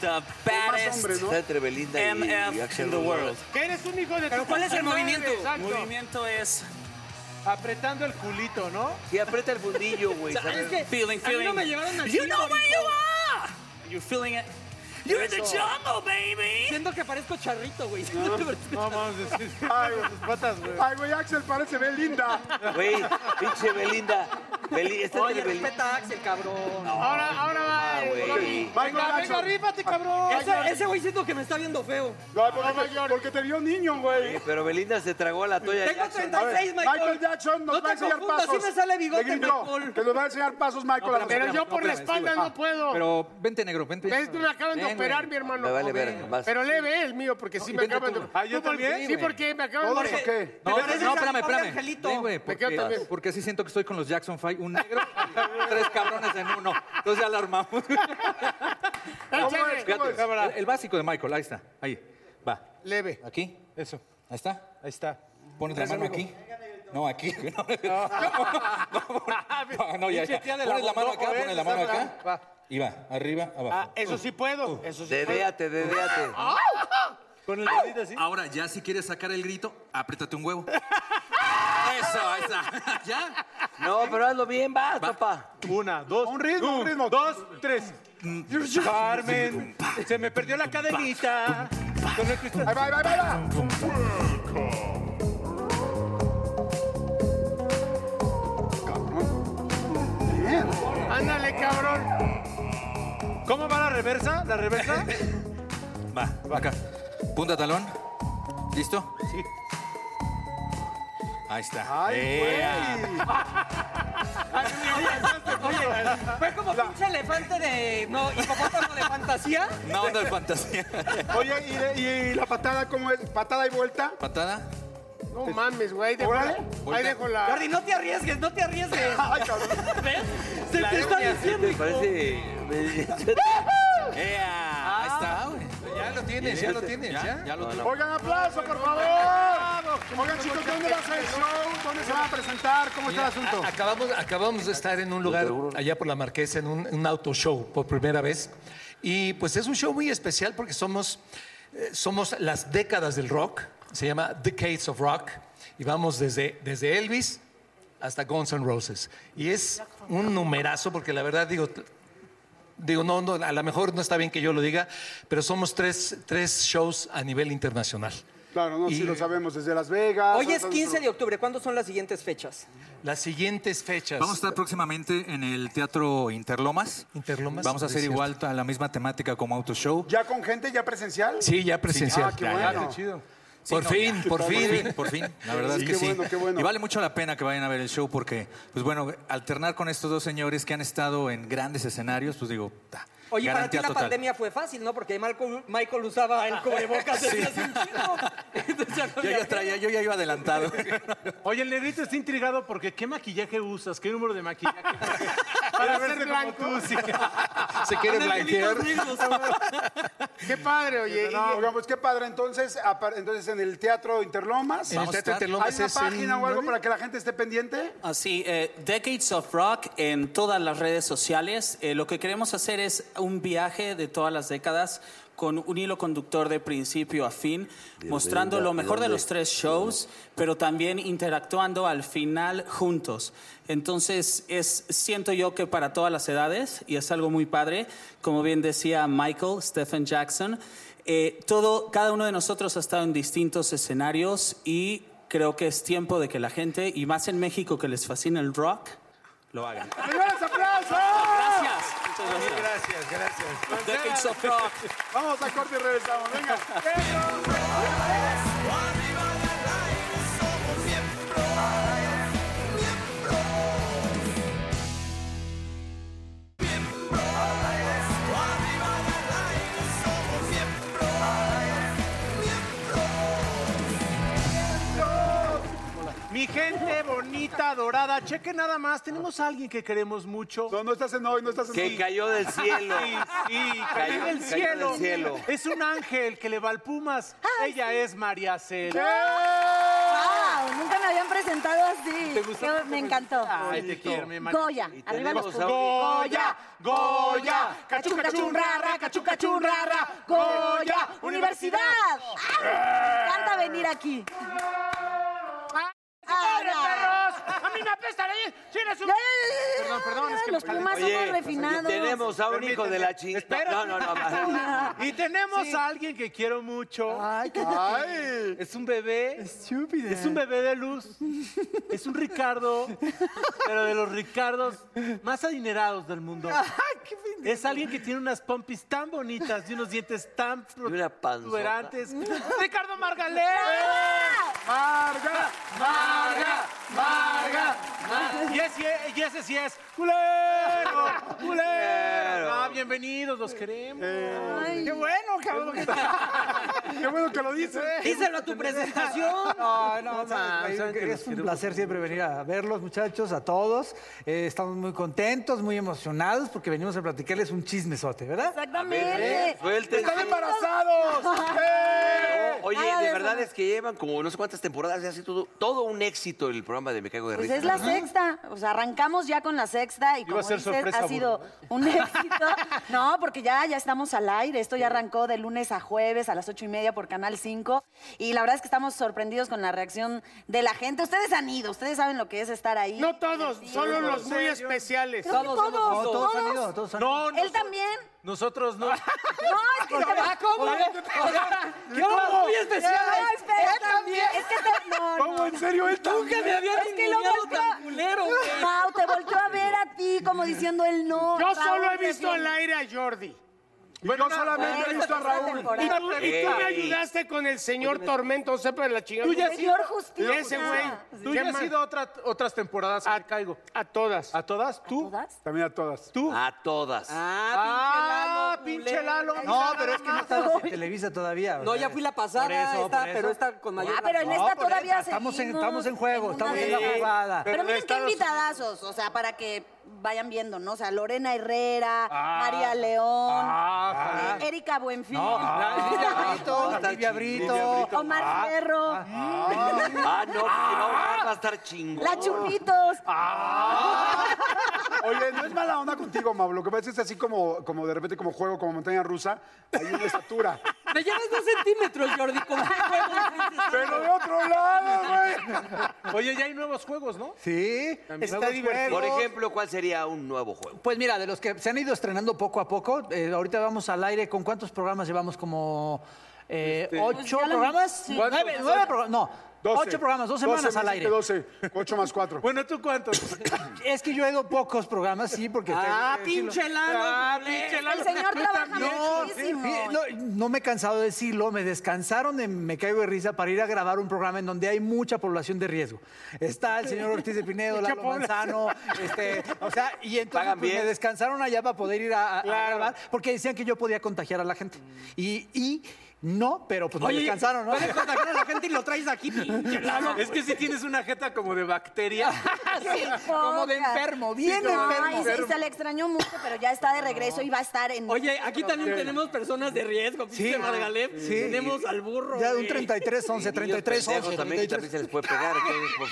Speaker 11: The baddest
Speaker 4: hombre, ¿no?
Speaker 6: Está entre Belinda y- y
Speaker 11: MF
Speaker 6: Axel
Speaker 11: in the world.
Speaker 5: Que eres un hijo de
Speaker 10: Pero
Speaker 5: tu
Speaker 10: ¿cuál es el
Speaker 5: puta madre,
Speaker 10: movimiento?
Speaker 5: exacto.
Speaker 11: El movimiento es
Speaker 3: Apretando el culito, ¿no?
Speaker 6: Y aprieta el fundillo, güey.
Speaker 10: Es
Speaker 6: ¿sabes?
Speaker 10: que
Speaker 11: Feeling,
Speaker 10: a mí no
Speaker 11: feeling.
Speaker 10: me llevaron al
Speaker 11: You
Speaker 10: cine
Speaker 11: know where
Speaker 10: ahorita.
Speaker 11: you are. you're feeling it.
Speaker 9: You're in the jungle, baby!
Speaker 10: Siento que parezco charrito, güey.
Speaker 3: No, vamos a decir.
Speaker 4: Ay, güey.
Speaker 3: sus patas, güey.
Speaker 4: Ay, güey, Axel parece Belinda.
Speaker 6: Güey, pinche Belinda. Beli- está
Speaker 10: Oye,
Speaker 6: entre Belinda.
Speaker 10: respeta a Axel, cabrón.
Speaker 5: Ahora, ahora va.
Speaker 3: eh,
Speaker 6: Ah,
Speaker 5: el
Speaker 6: güey.
Speaker 5: Rocky.
Speaker 4: Michael
Speaker 5: Venga,
Speaker 4: Jackson.
Speaker 5: venga,
Speaker 4: Ah,
Speaker 5: rífate, cabrón.
Speaker 10: Ese, ese güey siento que me está viendo feo.
Speaker 4: No, porque, porque te vio niño, güey.
Speaker 6: Eh, Pero Belinda se tragó a la toalla.
Speaker 10: Tengo
Speaker 6: Jackson.
Speaker 4: A ver,
Speaker 10: 36, Michael.
Speaker 4: Michael Jackson nos
Speaker 10: no
Speaker 4: va a
Speaker 10: te
Speaker 4: enseñar
Speaker 10: confundas,
Speaker 4: pasos.
Speaker 10: sí me sale bigote,
Speaker 4: Le gritó
Speaker 10: Michael.
Speaker 4: que nos va a enseñar pasos, Michael. a
Speaker 5: Pero
Speaker 4: nosotros.
Speaker 5: yo por la espalda no puedo.
Speaker 10: Pero vente, negro, vente.
Speaker 5: Ves, tú me acaban de
Speaker 10: Ven, güey.
Speaker 5: operar, mi hermano.
Speaker 6: Me vale
Speaker 5: Joven.
Speaker 6: verga, vas.
Speaker 5: Pero leve el mío, porque sí
Speaker 10: y
Speaker 5: me
Speaker 10: vente
Speaker 5: acaban de
Speaker 10: tú.
Speaker 5: operar.
Speaker 3: Ah, yo también,
Speaker 5: Sí,
Speaker 3: güey.
Speaker 5: porque me acaban de
Speaker 4: ¿Todos o
Speaker 5: operar.
Speaker 4: qué?
Speaker 10: No,
Speaker 5: Te pareces
Speaker 10: no,
Speaker 5: al
Speaker 10: espérame,
Speaker 5: pobre
Speaker 10: espérame.
Speaker 5: angelito.
Speaker 10: Ven, güey,
Speaker 5: Me quedo
Speaker 10: porque,
Speaker 5: también.
Speaker 10: porque sí siento que estoy con los Jackson Five, un negro y tres cabrones en uno. Entonces ya la armamos.
Speaker 5: Ah,
Speaker 4: ¿Cómo es? ¿Cómo es?
Speaker 10: El, el básico de Michael, ahí está, ahí. Va.
Speaker 5: Leve.
Speaker 10: Aquí,
Speaker 3: Eso,
Speaker 10: ahí está.
Speaker 3: ahí está. Ah.
Speaker 10: Pones la mano aquí. No, aquí. No, no, no, ya, ya.
Speaker 3: Pinche tía de la
Speaker 10: Pones la mano acá,
Speaker 3: boca,
Speaker 10: pones la mano
Speaker 3: ¿ves?
Speaker 10: acá. Y va, arriba, abajo.
Speaker 5: Eso sí
Speaker 11: Uh.
Speaker 5: puedo. Eso sí puedo.
Speaker 6: Dedéate, dedéate.
Speaker 3: Con el dedito así.
Speaker 11: Ahora, ya si quieres sacar el grito, apriétate un huevo. Eso, ahí está. ¿Ya?
Speaker 6: No, pero hazlo bien, vas, papá.
Speaker 3: Una, dos.
Speaker 4: Un ritmo, un ritmo.
Speaker 3: Dos, tres. Carmen, se me perdió la cadenita. Con el cristal.
Speaker 4: Ahí va, ahí va, ahí va.
Speaker 5: Ándale, cabrón.
Speaker 3: ¿Cómo va la reversa? ¿La reversa?
Speaker 11: Va, acá. Punta talón. ¿Listo?
Speaker 3: Sí.
Speaker 11: Ahí está.
Speaker 4: Ay,
Speaker 11: Ea.
Speaker 4: güey.
Speaker 10: Fue como pinche elefante de. No, hipopótamo de fantasía.
Speaker 11: No, no es fantasía.
Speaker 4: Oye, ¿y, de- y la patada cómo es? ¿Patada y vuelta?
Speaker 11: Patada.
Speaker 5: No mames, güey. ahí dejo
Speaker 4: Órale.
Speaker 5: la- Ahí dejo la.
Speaker 10: Jordi, no te arriesgues, no te arriesgues.
Speaker 4: Ay, cabrón.
Speaker 10: ¿Ves? Se te está diciendo,
Speaker 6: ¿Te
Speaker 10: hijo.
Speaker 6: parece?
Speaker 11: ¡Ea! Ahí
Speaker 10: Ah.
Speaker 11: está, güey. Este,
Speaker 3: Ya lo tienes, ya lo tienes,
Speaker 11: Ya,
Speaker 3: ya.
Speaker 11: ya lo tengo.
Speaker 4: Oigan, aplauso, por favor. Oigan, chicos, ¿dónde va a ser el show? ¿Dónde se van a presentar? ¿Cómo está el asunto?
Speaker 12: Acabamos, acabamos de estar en un lugar allá por la Marquesa, en un, un auto show por primera vez. Y pues es un show muy especial porque somos, eh, somos las décadas del rock. Se llama Decades of Rock. Y vamos desde, desde Elvis hasta Guns N' Roses. Y es un numerazo porque la verdad digo, digo no, no, a lo mejor no está bien que yo lo diga, pero somos tres, tres shows a nivel internacional.
Speaker 4: Claro, no,
Speaker 12: Y-
Speaker 4: sí lo sabemos desde Las Vegas.
Speaker 10: Hoy es
Speaker 4: otros-
Speaker 10: 15 de octubre. ¿Cuándo son las siguientes fechas?
Speaker 12: Las siguientes fechas.
Speaker 11: Vamos a estar próximamente en el Teatro Interlomas.
Speaker 12: Interlomas,
Speaker 11: Vamos a
Speaker 12: es
Speaker 11: hacer
Speaker 12: cierto.
Speaker 11: igual a la misma temática como Auto Show.
Speaker 4: ¿Ya con gente, ya presencial?
Speaker 12: Sí, ya presencial.
Speaker 4: Ah, qué
Speaker 12: Ya, ya,
Speaker 4: bueno.
Speaker 12: ya.
Speaker 10: Sí,
Speaker 12: por
Speaker 10: no,
Speaker 12: fin,
Speaker 10: ya.
Speaker 12: por fin.
Speaker 10: Por fin, la verdad
Speaker 12: Sí,
Speaker 10: es que
Speaker 12: qué
Speaker 10: sí.
Speaker 12: bueno, qué bueno.
Speaker 10: Y vale mucho la pena que vayan a ver el show porque, pues bueno, alternar con estos dos señores que han estado en grandes escenarios, pues digo, ta,
Speaker 2: Oye, para ti
Speaker 10: garantía
Speaker 2: la
Speaker 10: total.
Speaker 2: pandemia fue fácil, ¿no? Porque Michael, Michael usaba el cubrebocas desde hace un chingo.
Speaker 10: Yo ya traía, yo ya iba adelantado.
Speaker 3: Oye, el negrito está intrigado porque ¿qué maquillaje usas? ¿Qué número de maquillaje? Para verse como tú, sí.
Speaker 12: Se quiere
Speaker 3: blanquear.
Speaker 4: Qué padre,
Speaker 5: oye,
Speaker 4: No,
Speaker 5: y-
Speaker 4: oigan, pues qué padre. Entonces, apar- entonces en el Teatro Interlomas.
Speaker 11: En el Teatro Interlomas
Speaker 4: ¿Hay una
Speaker 11: es el
Speaker 4: página o algo
Speaker 11: nueve?
Speaker 4: para que la gente esté pendiente?
Speaker 11: Así, eh, Decades of Rock en todas las redes sociales. Eh, lo que queremos hacer es un viaje de todas las décadas con un hilo conductor de principio a fin, mostrando
Speaker 6: dónde-
Speaker 11: lo mejor de
Speaker 6: dónde?
Speaker 11: los tres shows, pero también interactuando al final juntos. Entonces, es, siento yo que para todas las edades, y es algo muy padre, como bien decía Michael, Stephen Jackson, eh, todo, cada uno de nosotros ha estado en distintos escenarios y creo que es tiempo de que la gente, y más en México que les fascina el rock, lo hagan.
Speaker 4: ¡Señores, aplausos! Gracias.
Speaker 12: Gracias, gracias.
Speaker 11: Decades of Rock.
Speaker 4: Vamos a corte y regresamos. Venga.
Speaker 3: Mi gente bonita, dorada, cheque nada más, tenemos a alguien que queremos mucho. No,
Speaker 4: no estás en hoy, no estás
Speaker 6: en Que hoy. cayó del cielo.
Speaker 3: Sí, sí, cayó,
Speaker 6: Cayó-
Speaker 3: del,
Speaker 6: cayó
Speaker 3: cielo.
Speaker 6: del cielo.
Speaker 3: Es un ángel que le va al Pumas. Ella es María
Speaker 13: ¡Eh!
Speaker 3: Celia.
Speaker 13: ¡Wow! Nunca me habían presentado así. Yo- me encantó.
Speaker 3: Ay, te quiero, mi hermano.
Speaker 13: Goya.
Speaker 3: Y
Speaker 13: Arriba
Speaker 3: tenemos
Speaker 13: los puntos.
Speaker 3: a- Goya, Goya, cachuca chun, rara,
Speaker 13: cachuca chun, rara, Goya, universidad. ¡Ah! Ay, me encanta venir aquí.
Speaker 9: Ah,
Speaker 13: Ah,
Speaker 9: ¡Madre,
Speaker 3: perros! ¡A mí me apesta ahí! ¡Tienes
Speaker 13: un...
Speaker 3: Perdón, perdón, es que
Speaker 13: Los Pumas somos refinados.
Speaker 6: tenemos a un hijo de la chingada. No, no, no.
Speaker 3: Y tenemos a alguien que quiero mucho. Ay,
Speaker 6: qué-
Speaker 3: Es un bebé. Es un bebé de luz. Es un Ricardo, pero de los Ricardos más adinerados del mundo. Es alguien que tiene unas pompis tan bonitas y unos dientes tan protuberantes. ¡Ricardo Margalé!
Speaker 4: ¡Marga!
Speaker 3: ¡Marga! ¡Marga! Y, es- y es- y ese sí es. ¡Culero! ¡Culero! Eh. Ah, bienvenidos, los queremos.
Speaker 9: ¡Qué bueno, cabrón!
Speaker 4: ¡Qué bueno que lo dices!
Speaker 2: Díselo a tu presentación.
Speaker 14: No, no,
Speaker 2: No,
Speaker 14: no,
Speaker 2: saben
Speaker 14: es-
Speaker 2: que los
Speaker 14: Ah, es un
Speaker 2: quiero
Speaker 14: placer siempre venir a verlos, muchachos, a todos. Eh, estamos muy contentos, muy emocionados, porque venimos a platicarles un chismesote, ¿verdad?
Speaker 13: Exactamente.
Speaker 6: eh, suelten.
Speaker 4: ¡Están embarazados!
Speaker 3: Eh.
Speaker 6: No, Oye,
Speaker 13: Nada de
Speaker 6: de
Speaker 13: eso,
Speaker 6: verdad
Speaker 13: no.
Speaker 6: es que llevan como no sé cuántas temporadas y ha sido todo, todo un éxito el programa de Me Cago de
Speaker 13: Pues
Speaker 6: Risa.
Speaker 13: es la
Speaker 6: Ajá.
Speaker 13: sexta, o sea, arrancamos ya con la sexta y
Speaker 6: Iba
Speaker 13: como
Speaker 6: a ser
Speaker 13: dices,
Speaker 6: sorpresa,
Speaker 13: ha sido un éxito. No, porque ya, ya estamos al aire, esto ya arrancó de lunes a jueves a las ocho y media por Canal 5 y la verdad es que estamos sorprendidos con la reacción de la gente. Ustedes han ido, ustedes saben lo que es estar ahí.
Speaker 5: No todos,
Speaker 13: Sí.
Speaker 5: solo los muy especiales.
Speaker 13: Creo que Todos, todos, todos. No, todos han ido,
Speaker 14: todos
Speaker 3: No,
Speaker 13: Él también.
Speaker 3: nosotros no.
Speaker 13: No, es que
Speaker 3: Oiga,
Speaker 13: estaba-
Speaker 3: ¿cómo?
Speaker 13: Oiga,
Speaker 3: Oiga,
Speaker 13: ¿qué
Speaker 3: ¿cómo?
Speaker 13: hubo?
Speaker 3: Muy especiales.
Speaker 13: No, espera,
Speaker 3: Él también.
Speaker 13: Es que te- no,
Speaker 3: ¿Cómo?
Speaker 13: no,
Speaker 3: ¿En serio? Él
Speaker 13: Nunca
Speaker 3: también.
Speaker 13: me habían
Speaker 3: Es que lo
Speaker 13: ninguneado
Speaker 3: volteó-
Speaker 13: tan culero, güey. Mau, te volteó a ver a ti como diciendo el no.
Speaker 5: Yo
Speaker 13: Raúl,
Speaker 5: solo he
Speaker 13: te
Speaker 5: visto al
Speaker 13: viene.
Speaker 5: aire a Jordi.
Speaker 4: Bueno, yo solamente
Speaker 13: bueno, he visto a esta Raúl.
Speaker 5: Y
Speaker 13: temporada.
Speaker 5: tú, y tú me
Speaker 13: Ey.
Speaker 5: ayudaste con el señor Tormento, sepa la chingada.
Speaker 3: Tú ya has
Speaker 5: Señor
Speaker 3: ido-
Speaker 5: Justicia. Ese güey.
Speaker 3: Tú ya has ido a otra- otras temporadas a caigo.
Speaker 5: A todas.
Speaker 3: ¿A todas? ¿Tú? ¿A todas?
Speaker 4: También a todas.
Speaker 3: ¿Tú?
Speaker 6: A todas.
Speaker 3: Ah, pinche Lalo.
Speaker 14: No, pero es que no estamos en Televisa todavía. o
Speaker 2: No,
Speaker 14: sea,
Speaker 2: ya fui la pasada,
Speaker 14: por eso,
Speaker 2: esta,
Speaker 14: por eso.
Speaker 2: pero esta con mayor.
Speaker 13: Ah, pero en
Speaker 14: No,
Speaker 13: esta
Speaker 14: por
Speaker 13: todavía
Speaker 14: esta, estamos en,
Speaker 13: seguimos
Speaker 14: estamos en juego,
Speaker 13: en
Speaker 14: estamos
Speaker 13: una
Speaker 14: en la
Speaker 13: de-
Speaker 14: jugada.
Speaker 13: Pero miren qué invitadazos, o sea, para que vayan viendo, ¿no? O sea, Lorena Herrera, María León,
Speaker 14: Ah,
Speaker 13: eh, Erika Buenfil,
Speaker 14: No, ah,
Speaker 13: Brito,
Speaker 14: ah, Livia Brito.
Speaker 13: Omar Ferro,
Speaker 6: Ah, no,
Speaker 4: pues,
Speaker 6: no, va a estar chingón.
Speaker 13: La Chupitos.
Speaker 4: Ah. Oye, no es mala onda contigo, Mau. Lo que pasa es que es así como, como de repente, como juego, como montaña rusa. Hay una estatura.
Speaker 2: Me llevas dos centímetros, Jordi. ¿Con qué juego?
Speaker 4: ¡Pero de otro lado, güey!
Speaker 3: Oye, ya hay nuevos juegos, ¿no?
Speaker 14: Sí,
Speaker 6: Está divertido. Por ejemplo, ¿cuál sería un nuevo juego?
Speaker 14: Pues mira, de los que se han ido estrenando poco a poco, eh, ahorita vamos al aire con cuántos programas llevamos, como eh,
Speaker 6: Este-
Speaker 14: ocho
Speaker 6: Pues ya lo-
Speaker 14: programas,
Speaker 6: sí.
Speaker 14: nueve,
Speaker 6: ¿Cuántos?
Speaker 14: nueve programas, no, Ocho programas, dos semanas al aire.
Speaker 4: 12, 8 más 4.
Speaker 3: Bueno, ¿tú cuántos?
Speaker 14: Es que yo he ido pocos programas, sí, porque...
Speaker 3: Ah,
Speaker 14: tengo que decirlo.
Speaker 3: pinche Lalo,
Speaker 14: Ah,
Speaker 3: doble.
Speaker 14: pinche
Speaker 3: El
Speaker 14: Lalo.
Speaker 3: señor
Speaker 14: Tú
Speaker 3: trabaja
Speaker 14: también.
Speaker 3: muchísimo.
Speaker 14: eh, No, no me he cansado de decirlo, me descansaron de Me Caigo de Risa para ir a grabar un programa en donde hay mucha población de riesgo. Está el señor Ortiz de Pinedo,
Speaker 3: Mucha
Speaker 14: Lalo Manzano,
Speaker 3: población.
Speaker 14: este, o sea, y entonces
Speaker 3: Pagan
Speaker 14: pues,
Speaker 3: bien.
Speaker 14: me descansaron allá para poder ir a, a- a
Speaker 3: Claro.
Speaker 14: grabar, porque decían que yo podía contagiar a la gente. Y... y no, pero pues me
Speaker 3: Oye,
Speaker 14: descansaron, ¿no?
Speaker 3: puedes contagiar
Speaker 14: a la gente y lo traes aquí,
Speaker 3: Es que si tienes una jeta como de bacteria.
Speaker 13: Sí,
Speaker 3: como de
Speaker 13: pocas.
Speaker 3: enfermo, bien
Speaker 13: Sí, no,
Speaker 3: enfermo.
Speaker 13: y se- Y se le extrañó mucho, pero ya está de regreso y va a estar en.
Speaker 2: Oye, aquí también tenemos personas de riesgo, pinche Margalef.
Speaker 14: sí.
Speaker 2: Tenemos al burro.
Speaker 14: Ya un
Speaker 2: güey.
Speaker 14: 33, 11,
Speaker 6: Niños
Speaker 14: 33,
Speaker 6: pendejos
Speaker 14: 11,
Speaker 6: también, que
Speaker 14: 33.
Speaker 6: también se les puede pegar, entonces, por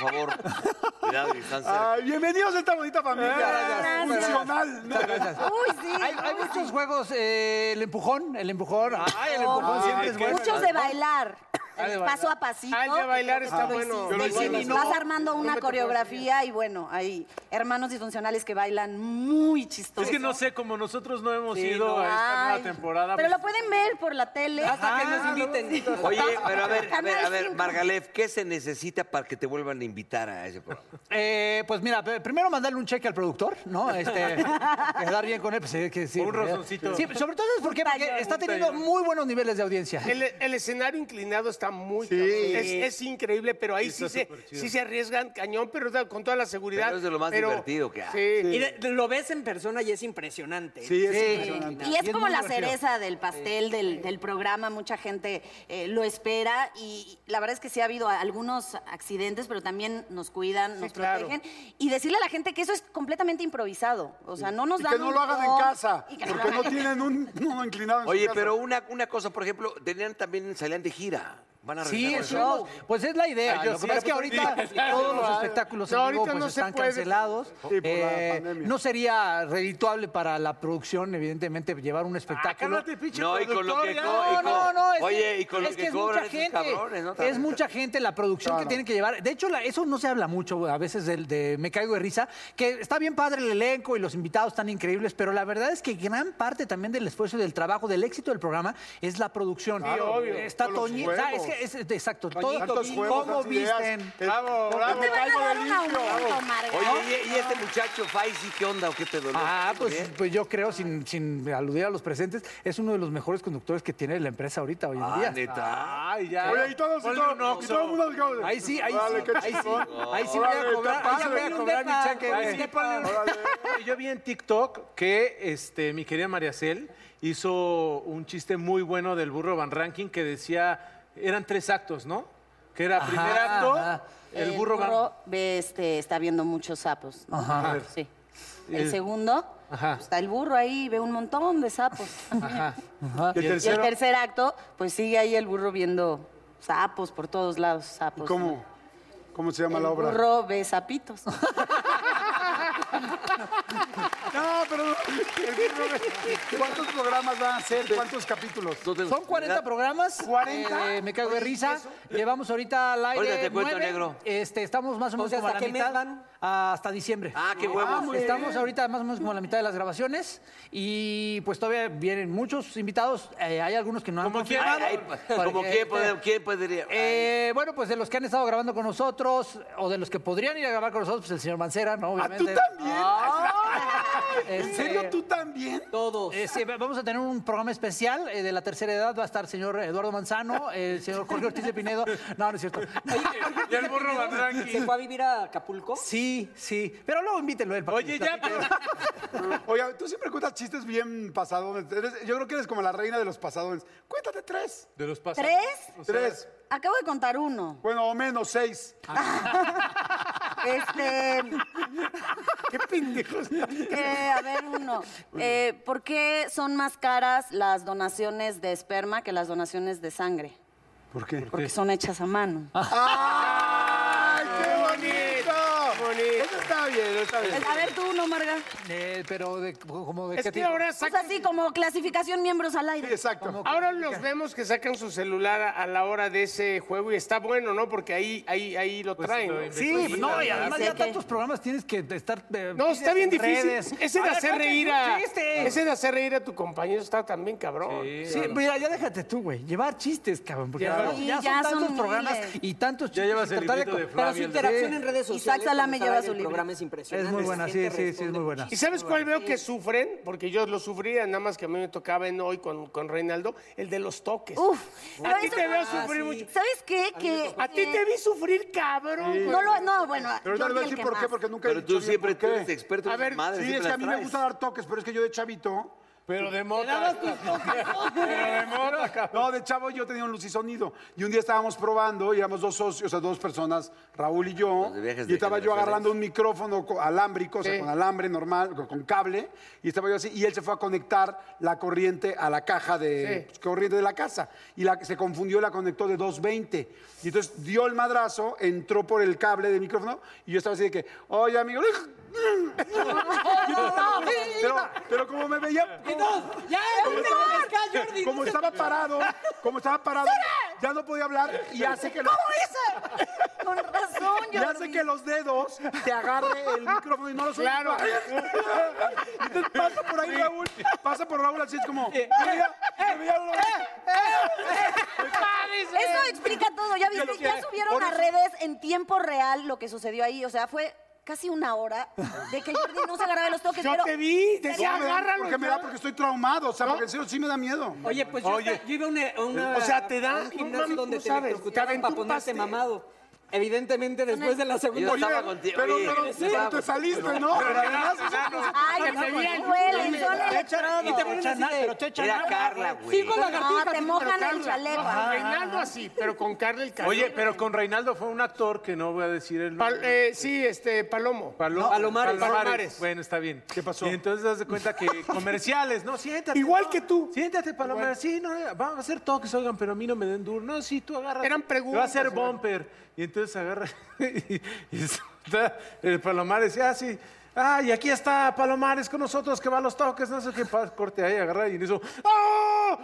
Speaker 6: favor, cuidado, distancia.
Speaker 4: Ay, bienvenidos a esta bonita familia.
Speaker 14: Ah, Gracias.
Speaker 4: Funcional.
Speaker 14: Muchas gracias.
Speaker 13: Uy, sí.
Speaker 14: Hay, hay muchos juegos, eh, el empujón, el empujón. Ay, el empujón
Speaker 13: Oh,
Speaker 14: siempre es bueno.
Speaker 13: Muchos de bailar.
Speaker 14: Ah, de
Speaker 13: Paso
Speaker 14: bailar.
Speaker 13: a pasito.
Speaker 14: Ah, el de bailar está
Speaker 13: Lo
Speaker 14: bueno.
Speaker 13: hiciste.
Speaker 14: Yo lo hice,
Speaker 13: Vas
Speaker 14: no,
Speaker 13: armando
Speaker 14: no
Speaker 13: una
Speaker 14: me tocó
Speaker 13: coreografía y bueno, hay hermanos disfuncionales que bailan muy chistoso.
Speaker 3: Es que no sé, como nosotros no hemos
Speaker 13: Sí,
Speaker 3: ido
Speaker 13: no.
Speaker 3: a esta
Speaker 13: Ay,
Speaker 3: nueva temporada.
Speaker 13: Pero
Speaker 14: pues,
Speaker 13: lo pueden ver por la tele. Ah,
Speaker 3: Hasta
Speaker 6: Ah,
Speaker 3: que nos inviten.
Speaker 6: Oye, pero a ver, a ver, a
Speaker 13: Canal
Speaker 6: ver,
Speaker 13: cinco.
Speaker 6: Margalef, ¿qué se necesita para que te vuelvan a invitar a ese programa?
Speaker 14: Eh, pues mira, pe- primero mandarle un cheque al productor, ¿no? Este, quedar bien con él. Pues, eh, que sí,
Speaker 3: Un
Speaker 14: ¿verdad?
Speaker 3: rozoncito.
Speaker 14: Sí, pues, sobre todo es porque, porque está teniendo muy buenos niveles de audiencia.
Speaker 5: El, el escenario inclinado está muy
Speaker 14: Sí.
Speaker 5: cabrón. es, es increíble, pero ahí
Speaker 14: Está
Speaker 5: sí se,
Speaker 14: superchido.
Speaker 5: sí se arriesgan cañón, pero da- con toda la seguridad.
Speaker 6: Pero es de lo más divertido que hay.
Speaker 5: Sí.
Speaker 2: Y de- lo ves en persona y es impresionante.
Speaker 5: Sí, es
Speaker 13: Sí. Y es como la cereza del pastel del, del programa, mucha gente eh, lo espera y la verdad es que sí ha habido a- algunos accidentes, pero también nos cuidan, nos
Speaker 4: claro.
Speaker 13: protegen. Y decirle a la gente que eso es completamente improvisado, o sea, no nos
Speaker 4: Y
Speaker 13: dan
Speaker 4: que no
Speaker 13: un
Speaker 4: lo hagan en
Speaker 13: guión
Speaker 4: casa,
Speaker 13: y que no lo
Speaker 4: porque no
Speaker 13: hagan en-
Speaker 4: tienen un, uno inclinado en su
Speaker 6: Oye,
Speaker 4: casa.
Speaker 6: pero una, una cosa, por ejemplo, tenían también, salían de gira. Van a
Speaker 14: Sí,
Speaker 6: regresar
Speaker 14: es
Speaker 6: con el show.
Speaker 14: un- pues es la idea.
Speaker 6: Ay, yo
Speaker 14: Lo que
Speaker 6: sí,
Speaker 14: pasa es que
Speaker 6: yo
Speaker 14: ahorita
Speaker 6: sí. Claro.
Speaker 14: todos los espectáculos
Speaker 6: No,
Speaker 14: en vivo
Speaker 6: ahorita
Speaker 14: pues,
Speaker 6: no se
Speaker 14: están
Speaker 6: puede.
Speaker 14: cancelados.
Speaker 6: Sí, por la
Speaker 14: Eh,
Speaker 6: pandemia.
Speaker 14: no sería redituable para la producción, evidentemente, llevar un espectáculo.
Speaker 6: cálmate, Ah, pinche No, y con lo que productor, co- y
Speaker 14: No,
Speaker 6: con-
Speaker 14: no, no, es
Speaker 6: Oye,
Speaker 14: que-
Speaker 6: y con lo
Speaker 14: es
Speaker 6: que
Speaker 14: es
Speaker 6: cobran
Speaker 14: mucha
Speaker 6: esos
Speaker 14: gente.
Speaker 6: cabrones, ¿no?
Speaker 14: Es mucha gente la producción que
Speaker 6: Claro.
Speaker 14: tienen que llevar. De hecho, la- eso no se habla mucho a veces del- de, Me Caigo de Risa, que está bien padre el elenco y los invitados están increíbles, pero la verdad es que gran parte también del esfuerzo y del trabajo, del éxito del programa, es la producción.
Speaker 4: Sí, obvio.
Speaker 14: Está
Speaker 4: Con los
Speaker 14: Toñi- o sea, es
Speaker 4: huevos.
Speaker 14: que es- es- exacto,
Speaker 4: Toñito,
Speaker 14: todo
Speaker 4: tantos juegos,
Speaker 14: cómo
Speaker 4: tantas ideas.
Speaker 14: visten.
Speaker 4: Eh, Bravo, bravo.
Speaker 13: te van a dar un
Speaker 4: Algo de limpio.
Speaker 13: aumento, Marga.
Speaker 6: Oye, y, y este muchacho, Faisy, ¿qué onda o qué pedo?
Speaker 14: Ah,
Speaker 6: ¿Bien?
Speaker 14: pues, pues yo creo, sin, sin aludir a los presentes, es uno de los mejores conductores que tiene la empresa ahorita, hoy en
Speaker 6: Ah,
Speaker 14: día.
Speaker 6: ¿neta?
Speaker 14: Ay, ya.
Speaker 4: Oye, y todos, y
Speaker 14: Ponle
Speaker 4: todo-
Speaker 14: un Oxxo.
Speaker 4: y todo el mundo al cabo de-
Speaker 14: Ahí sí, ahí
Speaker 4: Órale,
Speaker 14: sí,
Speaker 4: qué
Speaker 14: ahí sí,
Speaker 4: chingón.
Speaker 14: ahí sí voy a
Speaker 4: Órale,
Speaker 14: cobrar,
Speaker 4: te
Speaker 14: ahí sí voy a
Speaker 4: pases.
Speaker 14: cobrar mi cheque.
Speaker 3: Ahí sí,
Speaker 14: güey.
Speaker 3: ponle un- Yo vi en TikTok que este, mi querida María Cel hizo un chiste muy bueno del burro Van Ranking que decía, eran tres actos, ¿no? Que era primer
Speaker 13: Ajá,
Speaker 3: acto,
Speaker 13: ajá.
Speaker 3: el burro, Van...
Speaker 13: ve, este, está viendo muchos sapos. ¿no?
Speaker 3: Ajá.
Speaker 4: Eh.
Speaker 13: Sí. El
Speaker 3: El-
Speaker 13: segundo,
Speaker 3: Ajá.
Speaker 13: está el burro ahí, ve un montón de sapos.
Speaker 3: Ajá.
Speaker 4: ¿Y el
Speaker 13: Ah, Y el
Speaker 4: tercero?
Speaker 13: tercer acto, pues sigue ahí el burro viendo sapos por todos lados, sapos.
Speaker 4: ¿Cómo? ¿Cómo se llama
Speaker 13: El
Speaker 4: la obra?
Speaker 13: burro ve sapitos.
Speaker 4: No, pero el burro ve- ¿cuántos programas van a hacer? ¿Cuántos capítulos?
Speaker 14: Son 40 programas.
Speaker 4: 40.
Speaker 14: eh, me cago de risa. Llevamos ahorita al aire.
Speaker 6: Ahorita te cuento,
Speaker 14: nueve.
Speaker 6: negro.
Speaker 14: Este, estamos más o menos
Speaker 2: O sea,
Speaker 14: como a la
Speaker 2: ¿hasta qué
Speaker 14: mitad.
Speaker 2: mes van?
Speaker 14: Ah, Hasta diciembre.
Speaker 6: Ah, qué huevos. Ah, muy
Speaker 14: Estamos
Speaker 6: bien.
Speaker 14: ahorita más o menos como a la mitad de las grabaciones. Y pues todavía vienen muchos invitados. Eh, hay algunos que no han
Speaker 6: Ay,
Speaker 14: confirmado.
Speaker 6: ay, como
Speaker 14: porque-
Speaker 6: quién, puede- quién podría.
Speaker 14: Eh, bueno, pues de los que han estado grabando con nosotros o de los que podrían ir a grabar con nosotros, pues el señor Mancera, ¿no? Obviamente. Ah,
Speaker 4: ¿Tú también? ¿En
Speaker 14: Este-
Speaker 4: serio tú también?
Speaker 14: Todos. Eh, vamos a tener un programa especial eh, de la tercera edad. Va a estar el señor Eduardo Manzano, el señor Jorge Ortiz de Pinedo. No, no es cierto.
Speaker 2: Y el burro Ah, ¿Se fue a vivir a Acapulco?
Speaker 14: Sí, sí. Pero luego invítenlo él. Oye, ya,
Speaker 4: Oye, tú siempre cuentas chistes bien pasadones. Eres- yo creo que eres como la reina de los pasadones. Cuéntate tres.
Speaker 3: ¿De los
Speaker 13: pasadones? ¿Tres?
Speaker 4: O sea, tres.
Speaker 13: Acabo de contar uno.
Speaker 4: Bueno, o menos seis.
Speaker 13: Este,
Speaker 4: Qué pendejos.
Speaker 13: eh, a ver uno. Eh, ¿Por qué son más caras las donaciones de esperma que las donaciones de sangre?
Speaker 4: ¿Por qué?
Speaker 13: Porque son hechas a mano.
Speaker 4: ¡Ay, qué bonito! Eso está bien, está bien.
Speaker 13: A ver tú, no, Marga.
Speaker 14: Eh, pero de- como de
Speaker 5: Es
Speaker 14: qué
Speaker 5: que
Speaker 14: tipo.
Speaker 5: ahora
Speaker 13: Es así como clasificación miembros al aire.
Speaker 4: exacto.
Speaker 5: Ahora los vemos que sacan su celular a, a la hora de ese juego y está bueno, ¿no? Porque ahí, ahí, ahí lo traen. ¿no?
Speaker 14: Sí, no, y además ya tantos programas tienes que estar.
Speaker 5: eh, No, está bien difícil. Ese de hacer reír a. Ese
Speaker 14: Ese
Speaker 5: de hacer reír a tu compañero está también cabrón.
Speaker 14: Sí, mira, ya déjate tú, güey. Llevar chistes, cabrón. Porque
Speaker 5: Ya,
Speaker 14: ahora
Speaker 5: sí,
Speaker 14: ya,
Speaker 13: ya
Speaker 14: son tantos
Speaker 13: son
Speaker 14: programas
Speaker 13: miles.
Speaker 14: y tantos chistes.
Speaker 3: llevas
Speaker 14: y
Speaker 3: el
Speaker 14: tratar
Speaker 3: librito
Speaker 14: de
Speaker 3: de
Speaker 14: co-
Speaker 3: Flavia, el de-
Speaker 13: redes sociales, Salame cuando lleva sale su el libro.
Speaker 15: programa es
Speaker 14: Es
Speaker 15: impresionante.
Speaker 14: muy buena, sí,
Speaker 15: gente
Speaker 14: sí, sí, es muy buena.
Speaker 5: ¿Y sabes cuál veo que sufren? Porque yo lo sufría, nada más que a mí me tocaba en hoy con, con Reinaldo, el de los toques.
Speaker 13: Uf,
Speaker 5: a
Speaker 13: pero
Speaker 5: ti
Speaker 13: eso-
Speaker 5: te veo
Speaker 13: Ah,
Speaker 5: sufrir
Speaker 13: sí.
Speaker 5: mucho.
Speaker 13: ¿Sabes qué? Que,
Speaker 5: A ti te vi sufrir, cabrón.
Speaker 13: eh,
Speaker 5: güey.
Speaker 13: No, lo, no, bueno.
Speaker 4: Pero ahorita le voy
Speaker 13: Jordi
Speaker 4: a
Speaker 13: el
Speaker 4: decir
Speaker 13: que
Speaker 4: por qué,
Speaker 13: más.
Speaker 4: porque nunca
Speaker 6: Pero
Speaker 4: he
Speaker 6: tú
Speaker 4: dicho bien
Speaker 6: siempre-
Speaker 4: por
Speaker 6: tú
Speaker 4: qué.
Speaker 6: eres experto en
Speaker 4: A ver,
Speaker 6: esas madres,
Speaker 4: sí,
Speaker 6: siempre
Speaker 4: es que a
Speaker 6: las
Speaker 4: mí me
Speaker 6: traes.
Speaker 4: gusta dar toques, pero es que yo de chavito...
Speaker 3: Pero de mota.
Speaker 4: No, de chavo yo tenía un luz y sonido. Y un día estábamos probando, y éramos dos socios, o sea, dos personas, Raúl y yo.
Speaker 6: de viajes
Speaker 4: y
Speaker 6: de
Speaker 4: estaba yo
Speaker 6: generaciones.
Speaker 4: agarrando un micrófono co- alámbrico, o sea,
Speaker 5: Sí.
Speaker 4: con alambre normal, con, con cable. Y estaba yo así. Y él se fue a conectar la corriente a la caja de
Speaker 5: Sí.
Speaker 4: pues, corriente de la casa. Y la, se confundió y la conectó de 220. Y entonces dio el madrazo, entró por el cable del micrófono, y yo estaba así de que, oye, amigo. pero, pero como me veía.
Speaker 2: ¡Ya! ¡Ya, Jordi!
Speaker 4: Como estaba parado, como estaba parado, ya no podía hablar y hace que los,
Speaker 13: ¿Cómo hice? Con razón,
Speaker 4: y
Speaker 13: yo.
Speaker 4: hace que los dedos te agarre el micrófono y no lo sueltes.
Speaker 5: Claro.
Speaker 4: Entonces pasa por ahí Raúl, pasa por Raúl así es como, mira, mira, mira,
Speaker 13: Eso explica todo. Ya viste, ya subieron a redes en tiempo real lo que sucedió ahí. O sea, fue casi una hora de que Jordi no se agarraba de los toques.
Speaker 5: Yo
Speaker 13: pero
Speaker 5: te vi, decía,
Speaker 4: no, me da-
Speaker 5: agárralo.
Speaker 4: Porque me da porque estoy traumado, o sea, porque en serio sí me da miedo.
Speaker 2: Oye, pues yo,
Speaker 3: Oye.
Speaker 2: esta- yo iba a una, a una-
Speaker 5: O sea, te da- no
Speaker 2: a un
Speaker 5: mames,
Speaker 2: gimnasio donde
Speaker 5: no
Speaker 2: te
Speaker 5: sabes, te
Speaker 2: electrocutaban
Speaker 5: aventó
Speaker 2: para
Speaker 5: un
Speaker 2: ponerte
Speaker 5: pastel.
Speaker 2: mamado. Evidentemente, después de la segunda...
Speaker 6: Yo estaba
Speaker 4: Oye,
Speaker 6: contigo.
Speaker 4: pero,
Speaker 6: oye,
Speaker 4: pero-
Speaker 6: yo
Speaker 4: pero
Speaker 6: estaba-
Speaker 4: te saliste, ¿no? Pero además,
Speaker 13: Ay, eso
Speaker 5: me
Speaker 13: duele,
Speaker 5: vi.
Speaker 13: duele,
Speaker 5: Te
Speaker 13: son
Speaker 2: Y te
Speaker 13: electrodos.
Speaker 2: ponen así de...
Speaker 6: Era Carla, güey.
Speaker 2: Cinco
Speaker 13: No, te
Speaker 2: lagartijas.
Speaker 13: mojan el chaleco.
Speaker 5: Con Reinaldo así, pero con Carla el cabrón.
Speaker 3: Oye, pero con Reinaldo fue un actor que no voy a decir el
Speaker 5: Pal-
Speaker 3: nombre.
Speaker 5: eh, sí, este, Palomo.
Speaker 3: Palo-
Speaker 2: Palomares.
Speaker 5: Palomares.
Speaker 3: Bueno, está bien. ¿Qué
Speaker 4: pasó?
Speaker 3: Y entonces das de cuenta que comerciales, ¿no? Siéntate.
Speaker 5: Igual
Speaker 3: no.
Speaker 5: que tú.
Speaker 3: Siéntate, Palomares. Sí, no, vamos a hacer toques, oigan, pero a mí no me den duro. No, sí, tú agarras.
Speaker 5: Eran
Speaker 3: Va a
Speaker 5: preguntas,
Speaker 3: hacer
Speaker 5: oigan.
Speaker 3: bumper. Y entonces agarra. y, y está el Palomares, y, ah, sí. Ah, y aquí está Palomares con nosotros que va a los toques, no sé qué pa- corte ahí, agarra y en eso. ¡Ah!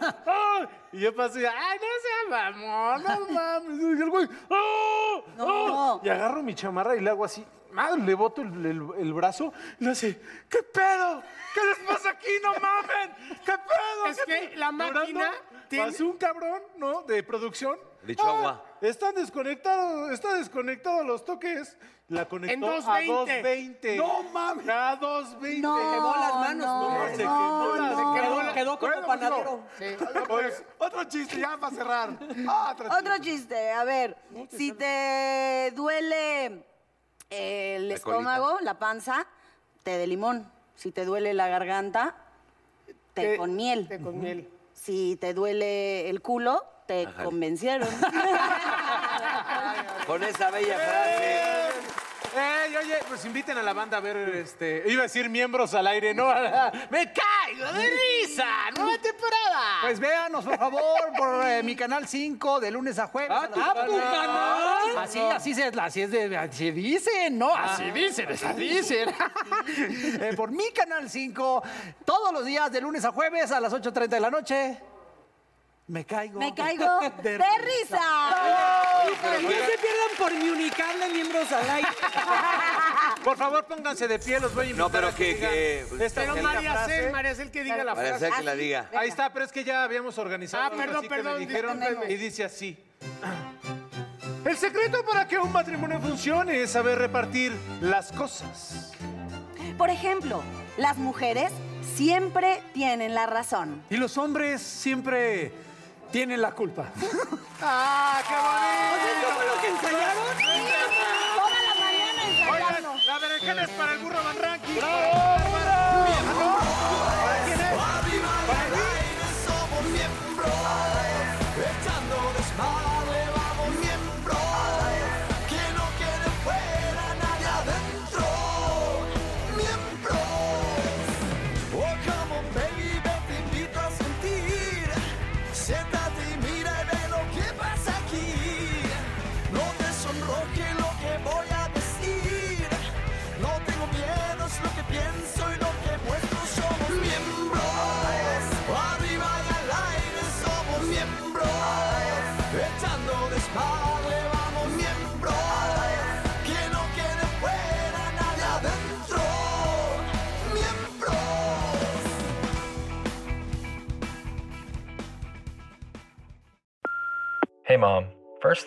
Speaker 3: ¡Ah! ¡Ah! Y yo pasé, ay, no sea mamón, no mames. Y el güey, ¡ah!
Speaker 13: No.
Speaker 3: ¡Ah! Y agarro mi chamarra y le hago así. Madre, le boto el, el- el brazo y le hace, ¿qué pedo? ¿Qué les pasa aquí? ¡No mamen! ¿Qué pedo?
Speaker 5: Es
Speaker 3: ¿Qué
Speaker 5: que
Speaker 3: te-
Speaker 5: la
Speaker 3: Durando,
Speaker 5: máquina tiene-
Speaker 3: pasó un cabrón, ¿no? De producción.
Speaker 6: De Chihuahua.
Speaker 3: Ah, están desconectados, está desconectado los toques. La conectó
Speaker 5: En
Speaker 3: a
Speaker 5: 2.20.
Speaker 3: 2.20.
Speaker 4: No mames.
Speaker 3: A 2.20.
Speaker 13: No,
Speaker 3: Quemó las manos.
Speaker 13: no,
Speaker 3: se
Speaker 13: no,
Speaker 3: quemó las-
Speaker 13: no.
Speaker 3: se quemó
Speaker 2: Quedó, quedó como
Speaker 4: Bueno,
Speaker 2: panadero.
Speaker 4: Oye, otro chiste, ya para cerrar. Otro chiste.
Speaker 13: Otro chiste, a ver, si te duele el
Speaker 6: La colita.
Speaker 13: estómago, la panza, té de limón. Si te duele la garganta, té,
Speaker 5: Té-
Speaker 13: con miel.
Speaker 5: Té con miel.
Speaker 13: Si te duele el culo, te
Speaker 6: Ajá.
Speaker 13: convencieron.
Speaker 6: Con esa bella frase.
Speaker 3: Eh, Ey, oye, pues inviten a la banda a ver, este, iba a decir miembros al aire, ¿no? ¡Me caigo de risa! ¡Nueva temporada!
Speaker 14: Pues véanos, por favor, por eh, mi canal 5, de lunes a jueves.
Speaker 3: Ah,
Speaker 14: a las
Speaker 3: tu
Speaker 14: ocho.
Speaker 3: canal.
Speaker 14: Así, así, se, así es de. Así dicen, ¿no? Así dicen, así dicen. Ah. Eh, por mi canal 5, todos los días, de lunes a jueves, a las 8.30 de la noche. Me caigo.
Speaker 13: Me caigo de risa.
Speaker 2: No se pierdan por mi unicarne miembros al aire.
Speaker 3: Por favor, pónganse de pie, los voy a invitar
Speaker 6: No, pero
Speaker 3: a
Speaker 6: que-
Speaker 3: digan
Speaker 6: que- pues,
Speaker 3: esta
Speaker 5: Pero
Speaker 3: bonita
Speaker 5: María
Speaker 3: frase.
Speaker 5: Cel, María Cel, que diga la
Speaker 6: Para
Speaker 5: frase.
Speaker 6: hacer que la diga.
Speaker 3: Ahí está, pero es que ya habíamos organizado.
Speaker 5: Ah,
Speaker 3: algo
Speaker 5: perdón,
Speaker 3: así que me
Speaker 5: perdón,
Speaker 3: dijeron,
Speaker 5: discúlpenme.
Speaker 3: y dice así. El secreto para que un matrimonio funcione es saber repartir las cosas.
Speaker 13: Por ejemplo, las mujeres siempre tienen la razón.
Speaker 14: Y los hombres siempre tienen la culpa.
Speaker 3: ¡Ah, qué bonito!
Speaker 13: Toda la mañana ensayando.
Speaker 3: Oigan, la berenjena es para el burro Van Ranking.
Speaker 9: Siéntate y mira y ve lo que pasa aquí. No te sonrojes lo que voy a decir.
Speaker 16: Hey, Mom. First